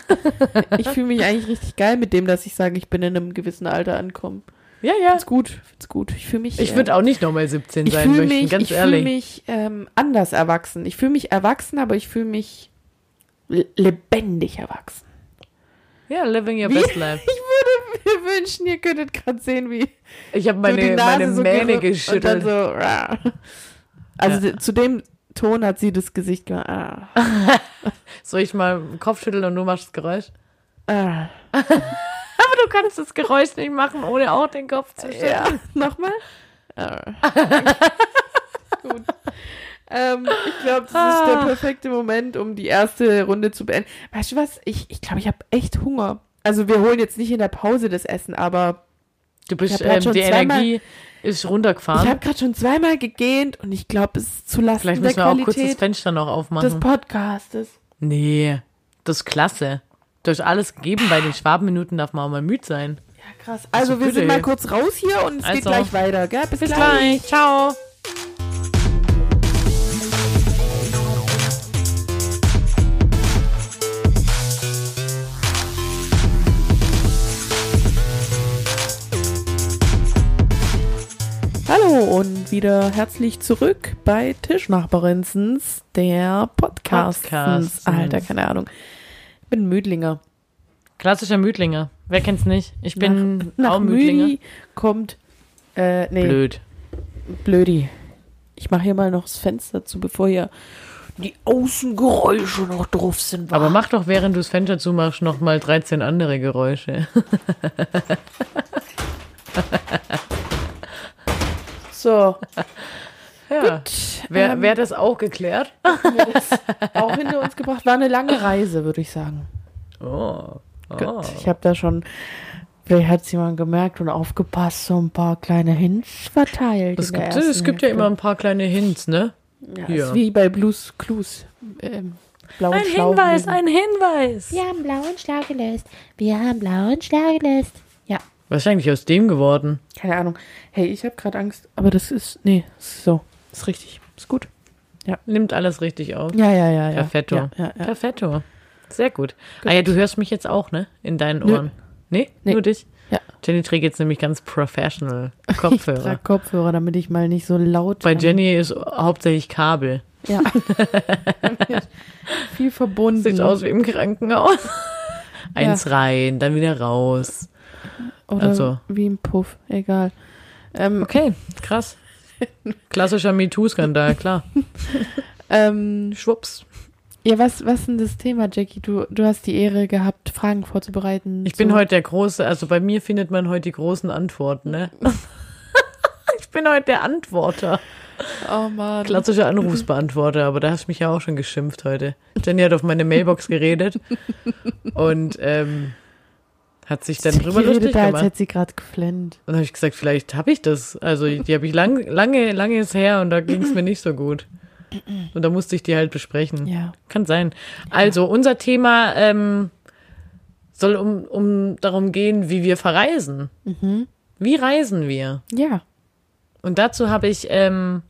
Speaker 3: Ich fühle mich eigentlich richtig geil mit dem, dass ich sage, ich bin in einem gewissen Alter angekommen.
Speaker 4: Ja, ja.
Speaker 3: Find's gut, find's gut. Ich fühle mich.
Speaker 4: Ich würde auch nicht nochmal 17
Speaker 3: ich
Speaker 4: sein
Speaker 3: fühle
Speaker 4: möchten,
Speaker 3: mich,
Speaker 4: ganz
Speaker 3: ich fühle
Speaker 4: ehrlich.
Speaker 3: mich ähm, anders erwachsen. Ich fühle mich erwachsen, aber ich fühle mich le- lebendig erwachsen.
Speaker 4: ja, living your
Speaker 3: Wie?
Speaker 4: best life.
Speaker 3: Ich würde mir wünschen, ihr könntet gerade sehen, wie
Speaker 4: Ich habe
Speaker 3: du die
Speaker 4: meine,
Speaker 3: Nase
Speaker 4: meine
Speaker 3: so
Speaker 4: Mähne
Speaker 3: gerü- und dann
Speaker 4: geschüttelt.
Speaker 3: so. rah. Also zu dem Ton hat sie das Gesicht gemacht. Ah,
Speaker 4: Soll ich mal Kopf schütteln und du machst das Geräusch?
Speaker 3: ah.
Speaker 4: Du kannst das Geräusch nicht machen, ohne auch den Kopf zu schütteln.
Speaker 3: Ja, nochmal. Ah. Gut. Ähm, ich glaube, das ist der perfekte Moment, um die erste Runde zu beenden. Weißt du was? Ich glaube, ich, glaub, ich habe echt Hunger. Also wir holen jetzt nicht in der Pause das Essen, aber
Speaker 4: Du
Speaker 3: Ich
Speaker 4: bist,
Speaker 3: hab grad
Speaker 4: ähm,
Speaker 3: schon
Speaker 4: die
Speaker 3: zweimal-
Speaker 4: Energie ist
Speaker 3: ich
Speaker 4: runtergefahren.
Speaker 3: habe gerade schon zweimal gegähnt und ich glaube, es ist zu Lasten
Speaker 4: Vielleicht
Speaker 3: der
Speaker 4: müssen wir auch kurz das
Speaker 3: Qualität
Speaker 4: Fenster noch
Speaker 3: des
Speaker 4: aufmachen.
Speaker 3: Podcastes.
Speaker 4: nee, das ist klasse. Du hast alles gegeben, bei den Schwabenminuten darf man auch mal müde sein.
Speaker 3: Ja, krass. Also wir
Speaker 4: bitte.
Speaker 3: sind mal kurz raus hier und es geht
Speaker 4: Also.
Speaker 3: gleich weiter, gell? Bis, gleich.
Speaker 4: ciao.
Speaker 3: Hallo und wieder herzlich zurück bei Tischnachbarinsens, der Podcast.
Speaker 4: Podcastens.
Speaker 3: Alter, keine Ahnung. Ich bin Müdlinger.
Speaker 4: Klassischer Müdlinger. Wer kennt's nicht? Ich bin
Speaker 3: Nach
Speaker 4: auch Müdlinger.
Speaker 3: Müdi kommt, äh, nee,
Speaker 4: Blöd.
Speaker 3: Blödi. Ich mache hier mal noch das Fenster zu, bevor hier die Außengeräusche noch drauf sind.
Speaker 4: Aber mach doch, während du das Fenster zumachst, noch mal 13 andere Geräusche.
Speaker 3: So,
Speaker 4: Ja. Wer,
Speaker 3: ähm,
Speaker 4: wer hat das auch geklärt?
Speaker 3: auch hinter uns gebracht. War eine lange Reise, würde ich sagen.
Speaker 4: Oh. oh.
Speaker 3: Gut, ich habe da schon, vielleicht hat jemand gemerkt und aufgepasst, so ein paar kleine Hints verteilt.
Speaker 4: Es
Speaker 3: in der
Speaker 4: gibt, es
Speaker 3: ersten
Speaker 4: gibt ja
Speaker 3: Hälfte.
Speaker 4: immer ein paar kleine Hints, ne?
Speaker 3: Ja,
Speaker 4: Ja.
Speaker 3: Ist wie bei Blues Clues. Ähm, blau und schlau leben.
Speaker 4: Hinweis.
Speaker 5: Wir haben blauen Schlag gelöst. Wir haben blauen Schlag gelöst. Ja.
Speaker 4: Was ist eigentlich aus dem geworden?
Speaker 3: Keine Ahnung. Hey, ich habe gerade Angst. Aber das ist, nee, ist so. Ist richtig. Ist gut.
Speaker 4: Nimmt alles richtig auf.
Speaker 3: Ja, ja, ja. ja.
Speaker 4: Perfetto.
Speaker 3: Ja, ja, ja.
Speaker 4: Perfetto. Sehr gut. Ah ja, du hörst mich jetzt auch, ne? In deinen
Speaker 3: Nö.
Speaker 4: Ohren. Nee?
Speaker 3: Nee.
Speaker 4: Nur dich?
Speaker 3: Ja.
Speaker 4: Jenny trägt jetzt nämlich ganz professional Kopfhörer.
Speaker 3: Trag Kopfhörer, damit ich mal nicht so laut
Speaker 4: Bei
Speaker 3: ähm,
Speaker 4: Jenny ist hauptsächlich Kabel.
Speaker 3: Ja. viel verbunden.
Speaker 4: Sieht aus wie im Krankenhaus. Eins rein, dann wieder raus.
Speaker 3: Oder
Speaker 4: also-
Speaker 3: wie im Puff, egal. Ähm,
Speaker 4: Okay, krass. Klassischer MeToo-Skandal, klar.
Speaker 3: ähm,
Speaker 4: Schwupps.
Speaker 3: ja, was, was ist denn das Thema, Jackie? Du, du hast die Ehre gehabt, Fragen vorzubereiten.
Speaker 4: Ich bin
Speaker 3: zu-
Speaker 4: heute der große, also bei mir findet man heute die großen Antworten, ne? ich bin heute der Antworter.
Speaker 3: Oh Mann.
Speaker 4: Klassischer Anrufsbeantworter, aber da hast du mich ja auch schon geschimpft heute. Jenny hat auf meine Mailbox geredet und ähm, hat sich dann
Speaker 3: Sie
Speaker 4: drüber
Speaker 3: redet
Speaker 4: lustig
Speaker 3: da, als
Speaker 4: gemacht.
Speaker 3: hätte sie gerade geflennt.
Speaker 4: Und dann habe ich gesagt, vielleicht habe ich das. Also die habe ich lang, lange, lange ist her und da ging es mir nicht so gut. Und da musste ich die halt besprechen.
Speaker 3: Ja.
Speaker 4: Kann sein. Also unser Thema ähm, soll um, um darum gehen, wie wir verreisen. Wie reisen wir?
Speaker 3: Ja.
Speaker 4: Und dazu habe ich ähm,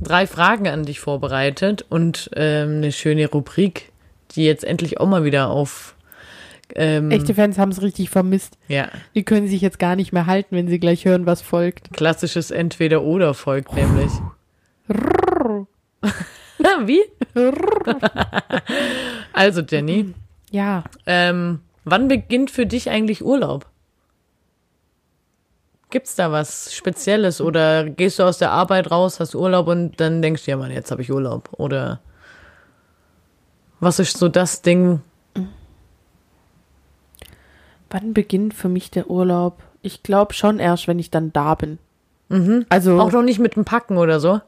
Speaker 4: drei Fragen an dich vorbereitet und ähm, eine schöne Rubrik, die jetzt endlich auch mal wieder auf. Ähm,
Speaker 3: Echte Fans haben es richtig vermisst.
Speaker 4: Ja,
Speaker 3: Die können sich jetzt gar nicht mehr halten, wenn sie gleich hören, was folgt.
Speaker 4: klassisches Entweder-Oder folgt nämlich. Na, wie? also, Jenny,
Speaker 3: Ja.
Speaker 4: ähm, wann beginnt für dich eigentlich Urlaub? Gibt's da was Spezielles oder gehst du aus der Arbeit raus, hast Urlaub und dann denkst du, ja Mann, jetzt habe ich Urlaub? Oder was ist so das Ding?
Speaker 3: Wann beginnt für mich der Urlaub? Ich glaube schon erst, wenn ich dann da bin.
Speaker 4: Mhm.
Speaker 3: Also,
Speaker 4: Auch noch nicht mit dem Packen oder so?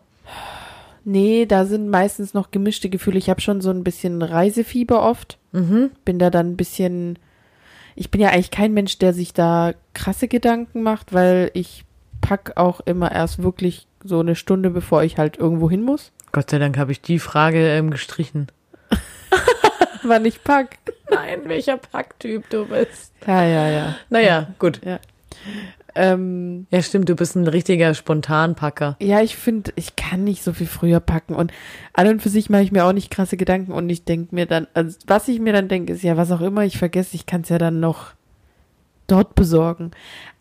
Speaker 3: nee, da sind meistens noch gemischte Gefühle. Ich habe schon so ein bisschen Reisefieber oft. Bin da dann ein bisschen. Ich bin ja eigentlich kein Mensch, der sich da krasse Gedanken macht, weil ich pack auch immer erst wirklich so eine Stunde, bevor ich halt irgendwo hin muss.
Speaker 4: Gott sei Dank habe ich die Frage ähm, gestrichen.
Speaker 3: Wann ich pack.
Speaker 4: Nein, welcher Packtyp du bist.
Speaker 3: Ja, ja, ja.
Speaker 4: Naja, gut.
Speaker 3: Ähm,
Speaker 4: Ja, stimmt, du bist ein richtiger Spontanpacker.
Speaker 3: Ja, ich finde, ich kann nicht so viel früher packen und an und für sich mache ich mir auch nicht krasse Gedanken und ich denke mir dann, also was ich mir dann denke, ist ja, was auch immer ich vergesse, ich kann es ja dann noch dort besorgen.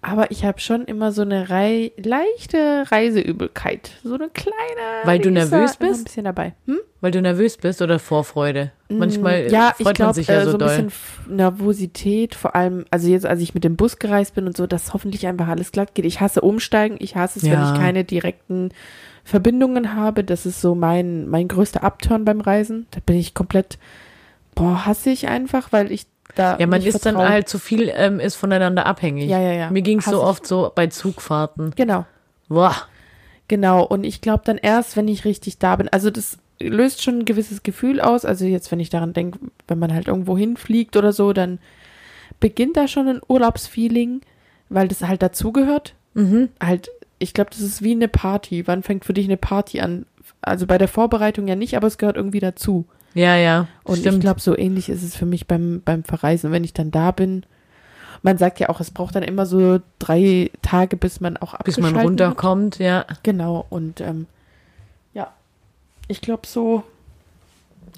Speaker 3: Aber ich habe schon immer so eine rei leichte Reiseübelkeit, so eine kleine.
Speaker 4: Weil du
Speaker 3: die ist
Speaker 4: nervös
Speaker 3: da immer
Speaker 4: bist?
Speaker 3: Ein bisschen dabei. Hm?
Speaker 4: Weil du nervös bist oder Vorfreude? Manchmal
Speaker 3: Mm, ja,
Speaker 4: freut
Speaker 3: ich glaub,
Speaker 4: man sich ja
Speaker 3: äh,
Speaker 4: so,
Speaker 3: so ein
Speaker 4: doll.
Speaker 3: bisschen F- Nervosität, vor allem, also jetzt, als ich mit dem Bus gereist bin und so, dass hoffentlich einfach alles glatt geht. Ich hasse Umsteigen, ich hasse es,
Speaker 4: Ja.
Speaker 3: wenn ich keine direkten Verbindungen habe. Das ist so mein, mein größter Upturn beim Reisen. Da bin ich komplett, boah, hasse ich einfach, weil ich da.
Speaker 4: Ja, man
Speaker 3: nicht
Speaker 4: ist dann
Speaker 3: vertraue.
Speaker 4: halt zu viel, ähm, ist voneinander abhängig.
Speaker 3: Ja, ja, ja.
Speaker 4: Mir ging's so
Speaker 3: Hasse ich.
Speaker 4: oft so bei Zugfahrten.
Speaker 3: Genau.
Speaker 4: Boah,
Speaker 3: Genau, und ich glaube dann erst, wenn ich richtig da bin. Also das löst schon ein gewisses Gefühl aus. Also jetzt, wenn ich daran denke, wenn man halt irgendwo hinfliegt oder so, dann beginnt da schon ein Urlaubsfeeling, weil das halt dazugehört. Halt, ich glaube, das ist wie eine Party. Wann fängt für dich eine Party an? Also bei der Vorbereitung ja nicht, aber es gehört irgendwie dazu.
Speaker 4: ja, ja.
Speaker 3: Und ich
Speaker 4: stimmt.
Speaker 3: glaube, so ähnlich ist es für mich beim, beim Verreisen. Und wenn ich dann da bin, man sagt ja auch, es braucht dann immer so drei Tage, bis man auch
Speaker 4: Bis man
Speaker 3: abgeschalten hat.
Speaker 4: runterkommt, ja.
Speaker 3: Genau, und ähm, ja, ich glaube so,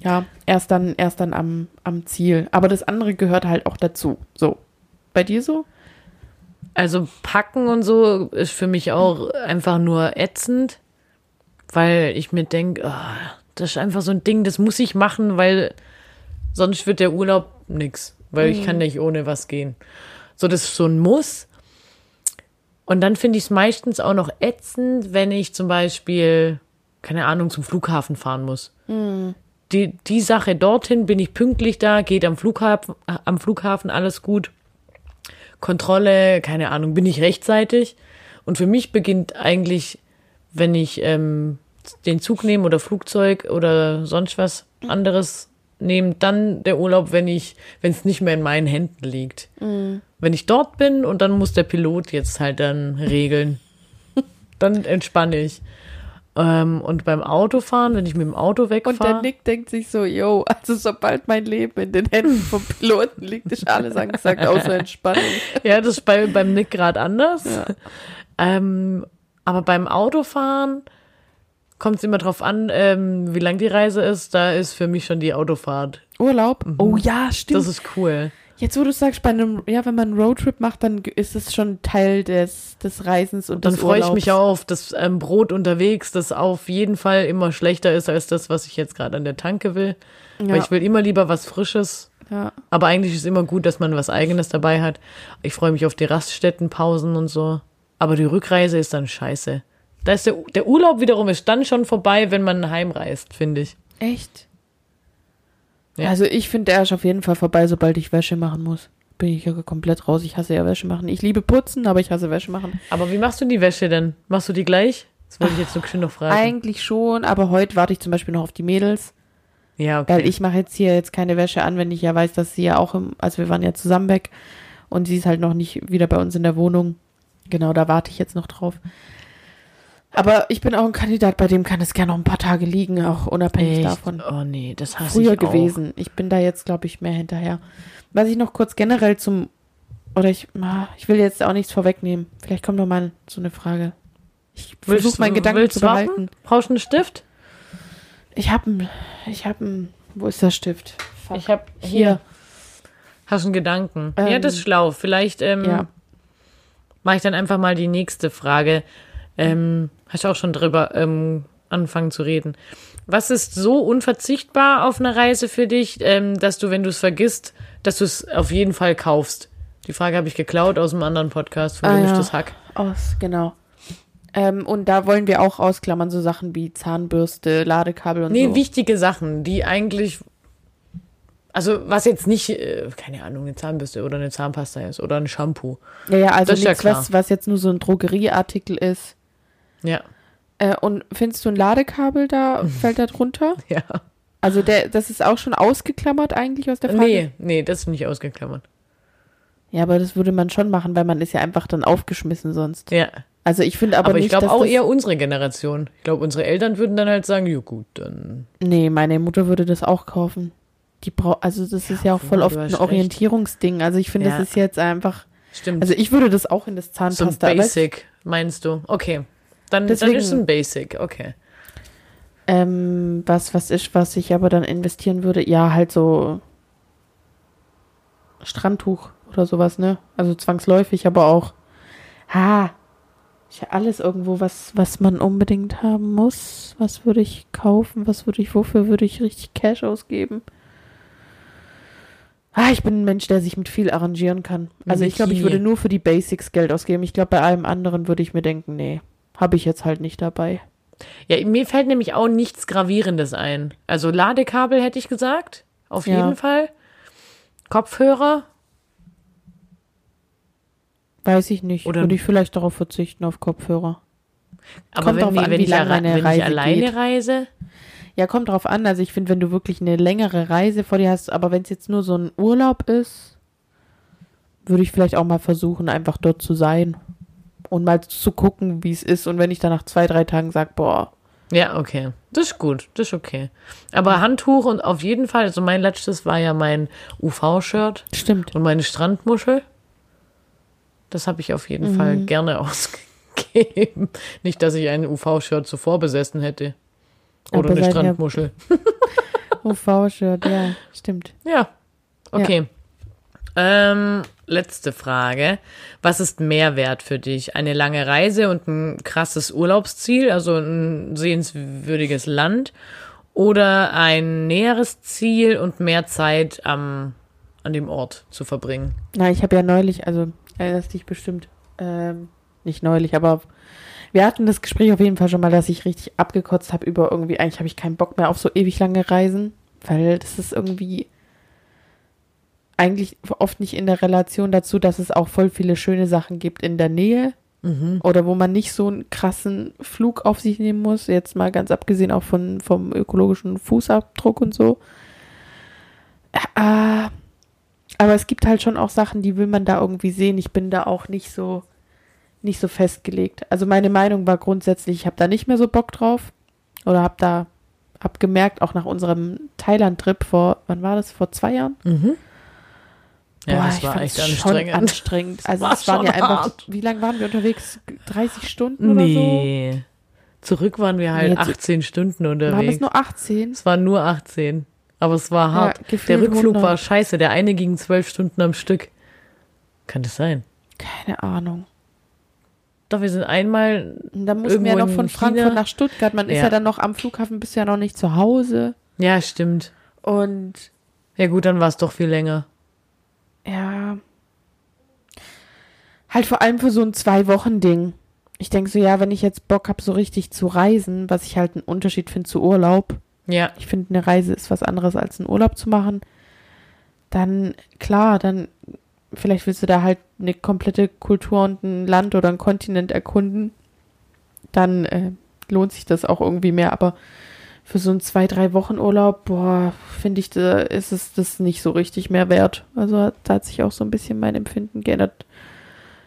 Speaker 3: ja, erst dann, erst dann am, am Ziel. Aber das andere gehört halt auch dazu. So. Bei dir so?
Speaker 4: Also packen und so ist für mich auch einfach nur ätzend, weil ich mir denke, oh, das ist einfach so ein Ding, das muss ich machen, weil sonst wird der Urlaub nix, weil ich kann nicht ohne was gehen. So, das ist so ein Muss. Und dann finde ich es meistens auch noch ätzend, wenn ich zum Beispiel, keine Ahnung, zum Flughafen fahren muss. Die, die Sache dorthin, bin ich pünktlich da, geht am Flughafen, am Flughafen alles gut. Kontrolle, keine Ahnung, bin ich rechtzeitig? Und für mich beginnt eigentlich, wenn ich ähm, den Zug nehme oder Flugzeug oder sonst was anderes nehme, dann der Urlaub, wenn ich, wenn es nicht mehr in meinen Händen liegt.
Speaker 3: Mhm.
Speaker 4: Wenn ich dort bin und dann muss der Pilot jetzt halt dann regeln. dann entspanne ich. Ähm, und beim Autofahren, wenn ich mit dem Auto wegfahre.
Speaker 3: Und der Nick denkt sich so, yo, also sobald mein Leben in den Händen vom Piloten liegt, ist alles angesagt, außer Entspannung.
Speaker 4: Ja, das ist bei, beim Nick gerade anders. Ähm, aber beim Autofahren kommt es immer drauf an, ähm, wie lang die Reise ist. Da ist für mich schon die Autofahrt.
Speaker 3: Urlaub? Oh ja, stimmt.
Speaker 4: Das Mhm. ist cool.
Speaker 3: Jetzt, wo du sagst, bei einem, ja, wenn man einen Roadtrip macht, dann ge- ist es schon Teil des, des Reisens und
Speaker 4: Dann
Speaker 3: des
Speaker 4: freue ich mich
Speaker 3: Urlaubs.
Speaker 4: auf das ähm, Brot unterwegs, das auf jeden Fall immer schlechter ist als das, was ich jetzt gerade an der Tanke will.
Speaker 3: Ja.
Speaker 4: Weil ich will immer lieber was Frisches.
Speaker 3: Ja.
Speaker 4: Aber eigentlich ist immer gut, dass man was Eigenes dabei hat. Ich freue mich auf die Raststättenpausen und so. Aber die Rückreise ist dann scheiße. Da ist der, der Urlaub wiederum ist dann schon vorbei, wenn man heimreist, finde ich.
Speaker 3: Echt?
Speaker 4: Ja.
Speaker 3: Also ich finde, der ist auf jeden Fall vorbei, sobald ich Wäsche machen muss. Bin ich ja komplett raus. Ich hasse ja Wäsche machen. Ich liebe putzen, aber ich hasse Wäsche machen.
Speaker 4: Aber wie machst du die Wäsche denn? Machst du die gleich? Das wollte ich jetzt so schön noch fragen.
Speaker 3: Eigentlich schon, aber heute warte ich zum Beispiel noch auf die Mädels,
Speaker 4: ja, okay.
Speaker 3: weil ich mache jetzt hier jetzt keine Wäsche an, wenn ich ja weiß, dass sie ja auch im, also wir waren ja zusammen weg und sie ist halt noch nicht wieder bei uns in der Wohnung. Genau, da warte ich jetzt noch drauf. Aber ich bin auch ein Kandidat, bei dem kann es gerne noch ein paar Tage liegen, auch unabhängig
Speaker 4: Echt?
Speaker 3: davon.
Speaker 4: Oh nee, das hasse
Speaker 3: früher
Speaker 4: ich auch.
Speaker 3: gewesen. Ich bin da jetzt, glaube ich, mehr hinterher. Was ich noch kurz generell zum, oder ich, ah, ich will jetzt auch nichts vorwegnehmen. Vielleicht kommt noch mal so eine Frage. Ich
Speaker 4: Willst
Speaker 3: versuche
Speaker 4: du-
Speaker 3: meinen Gedanken
Speaker 4: willst
Speaker 3: zu
Speaker 4: du warten?
Speaker 3: behalten.
Speaker 4: Brauchst du einen Stift?
Speaker 3: Ich habe einen, ich habe einen, wo ist der Stift? Fuck.
Speaker 4: Ich hab
Speaker 3: hier.
Speaker 4: Hast einen Gedanken.
Speaker 3: Ähm,
Speaker 4: ja, das ist schlau. Vielleicht ähm,
Speaker 3: Ja.
Speaker 4: mache ich dann einfach mal die nächste Frage. Ähm, hast du auch schon drüber ähm, anfangen zu reden. Was ist so unverzichtbar auf einer Reise für dich, ähm, dass du, wenn du es vergisst, dass du es auf jeden Fall kaufst? Die Frage habe ich geklaut aus einem anderen Podcast von
Speaker 3: Ah, ja.
Speaker 4: Gemischtes Hack.
Speaker 3: Aus, genau. Ähm, und da wollen wir auch ausklammern so Sachen wie Zahnbürste, Ladekabel und
Speaker 4: Nee,
Speaker 3: so.
Speaker 4: wichtige Sachen, die eigentlich. Also, was jetzt nicht, äh, keine Ahnung, eine Zahnbürste oder eine Zahnpasta ist oder ein Shampoo.
Speaker 3: Ja, ja, also
Speaker 4: Das ist ja
Speaker 3: nichts,
Speaker 4: klar.
Speaker 3: was, was jetzt nur so ein Drogerieartikel ist.
Speaker 4: Ja,
Speaker 3: Äh, und findest du ein Ladekabel da, fällt da drunter?
Speaker 4: ja.
Speaker 3: Also der, das ist auch schon ausgeklammert eigentlich aus der Frage?
Speaker 4: Nee, nee, das ist nicht ausgeklammert.
Speaker 3: Ja, aber das würde man schon machen, weil man ist ja einfach dann aufgeschmissen sonst.
Speaker 4: Ja.
Speaker 3: Also ich finde aber,
Speaker 4: Aber, ich
Speaker 3: nicht,
Speaker 4: glaube
Speaker 3: dass
Speaker 4: auch
Speaker 3: das,
Speaker 4: eher unsere Generation. Ich glaube, unsere Eltern würden dann halt sagen, ja gut, dann.
Speaker 3: Nee, meine Mutter würde das auch kaufen. Die brau also das ist ja auch voll
Speaker 4: du
Speaker 3: oft
Speaker 4: hast
Speaker 3: ein
Speaker 4: recht.
Speaker 3: Orientierungsding. Also ich finde,
Speaker 4: Ja.
Speaker 3: das ist jetzt einfach.
Speaker 4: Stimmt.
Speaker 3: Also ich würde das auch in das
Speaker 4: so ein
Speaker 3: Zahnpasta. weißt du?
Speaker 4: Basic, meinst du? Okay. Dann, dann
Speaker 3: Deswegen-
Speaker 4: ist es ein Basic, okay.
Speaker 3: ähm, was was ist, was ich aber dann investieren würde? Ja, halt so Strandtuch oder sowas, ne? Also zwangsläufig, aber auch. Ha. Ist ja alles irgendwo, was, was man unbedingt haben muss. Was würde ich kaufen? Was würde ich, wofür würde ich richtig Cash ausgeben? Ah, ich bin ein Mensch, der sich mit viel arrangieren kann. Also ich glaube, ich
Speaker 4: Michi.
Speaker 3: würde nur für die Basics Geld ausgeben. Ich glaube, bei allem anderen würde ich mir denken, nee, habe ich jetzt halt nicht dabei.
Speaker 4: Ja, mir fällt nämlich auch nichts Gravierendes ein. Also Ladekabel hätte ich gesagt, auf
Speaker 3: Ja.
Speaker 4: jeden Fall. Kopfhörer,
Speaker 3: Weiß ich nicht.
Speaker 4: Oder-
Speaker 3: Würde ich vielleicht darauf verzichten, auf Kopfhörer.
Speaker 4: aber
Speaker 3: Kommt
Speaker 4: wenn,
Speaker 3: drauf
Speaker 4: die,
Speaker 3: an,
Speaker 4: wenn,
Speaker 3: wie
Speaker 4: ich,
Speaker 3: lang
Speaker 4: alle-
Speaker 3: meine
Speaker 4: wenn ich
Speaker 3: Reise
Speaker 4: alleine
Speaker 3: geht.
Speaker 4: reise,
Speaker 3: Ja, kommt drauf an. Also ich finde, wenn du wirklich eine längere Reise vor dir hast, aber wenn es jetzt nur so ein Urlaub ist, würde ich vielleicht auch mal versuchen, einfach dort zu sein und mal zu gucken, wie es ist. Und wenn ich dann nach zwei, drei Tagen sage, boah,
Speaker 4: Ja, okay. Das ist gut, das ist okay. Aber Handtuch und auf jeden Fall, also mein letztes war ja mein UV-Shirt
Speaker 3: stimmt.
Speaker 4: und meine Strandmuschel. Das habe ich auf
Speaker 3: Mhm.
Speaker 4: jeden Fall gerne ausgegeben. Nicht, dass ich ein UV-Shirt zuvor besessen hätte. Oder
Speaker 3: Aber
Speaker 4: eine
Speaker 3: seid ihr-
Speaker 4: Strandmuschel.
Speaker 3: UV-Shirt, oh, ja, stimmt.
Speaker 4: Ja. Okay. Ähm, letzte Frage. Was ist Mehrwert für dich? Eine lange Reise und ein krasses Urlaubsziel, also ein sehenswürdiges Land? Oder ein näheres Ziel und mehr Zeit am, an dem Ort zu verbringen?
Speaker 3: Na, ich habe ja neulich, also erinnerst dich bestimmt, ähm, nicht neulich, aber wir hatten das Gespräch auf jeden Fall schon mal, dass ich richtig abgekotzt habe über irgendwie, eigentlich habe ich keinen Bock mehr auf so ewig lange Reisen, weil das ist irgendwie eigentlich oft nicht in der Relation dazu, dass es auch voll viele schöne Sachen gibt in der Nähe oder wo man nicht so einen krassen Flug auf sich nehmen muss, jetzt mal ganz abgesehen auch von, vom ökologischen Fußabdruck und so. Ah, aber es gibt halt schon auch Sachen, die will man da irgendwie sehen. Ich bin da auch nicht so, nicht so festgelegt. Also meine Meinung war grundsätzlich, ich habe da nicht mehr so Bock drauf. Oder habe da, habe gemerkt, auch nach unserem Thailand-Trip vor, wann war das? Vor zwei Jahren?
Speaker 4: Ja,
Speaker 3: Mhm. Boah,
Speaker 4: das
Speaker 3: ich
Speaker 4: war
Speaker 3: fand's
Speaker 4: echt
Speaker 3: schon
Speaker 4: anstrengend.
Speaker 3: anstrengend. Also
Speaker 4: war
Speaker 3: es waren
Speaker 4: schon
Speaker 3: ja einfach,
Speaker 4: hart.
Speaker 3: wie lange waren wir unterwegs? 30 Stunden oder so?
Speaker 4: nee. Zurück waren wir halt
Speaker 3: Nee, zu-
Speaker 4: 18 Stunden
Speaker 3: Waren es
Speaker 4: unterwegs.
Speaker 3: nur 18?
Speaker 4: Es waren nur 18. Aber es war
Speaker 3: Ja,
Speaker 4: hart. der
Speaker 3: gefühlt
Speaker 4: Rückflug
Speaker 3: 100.
Speaker 4: war scheiße. Der eine ging zwölf Stunden am Stück. Kann das sein?
Speaker 3: Keine Ahnung.
Speaker 4: Doch, wir sind einmal,
Speaker 3: Und dann mussten wir ja
Speaker 4: Irgendwo
Speaker 3: noch
Speaker 4: in
Speaker 3: von Frankfurt
Speaker 4: China.
Speaker 3: nach Stuttgart. Man ist
Speaker 4: Ja.
Speaker 3: ja dann noch am Flughafen, bist ja noch nicht zu Hause.
Speaker 4: ja, stimmt.
Speaker 3: Und
Speaker 4: Ja gut, dann war es doch viel länger.
Speaker 3: ja. Halt vor allem für so ein Zwei-Wochen-Ding. Ich denke so, ja, wenn ich jetzt Bock habe, so richtig zu reisen, was ich halt einen Unterschied finde zu Urlaub.
Speaker 4: Ja,
Speaker 3: Ich finde, eine Reise ist was anderes als einen Urlaub zu machen. Dann, klar, dann vielleicht willst du da halt eine komplette Kultur und ein Land oder ein Kontinent erkunden. Dann äh, lohnt sich das auch irgendwie mehr. Aber für so einen zwei, drei Wochen Urlaub, boah, finde ich, da ist es das nicht so richtig mehr wert. Also da hat sich auch so ein bisschen mein Empfinden geändert.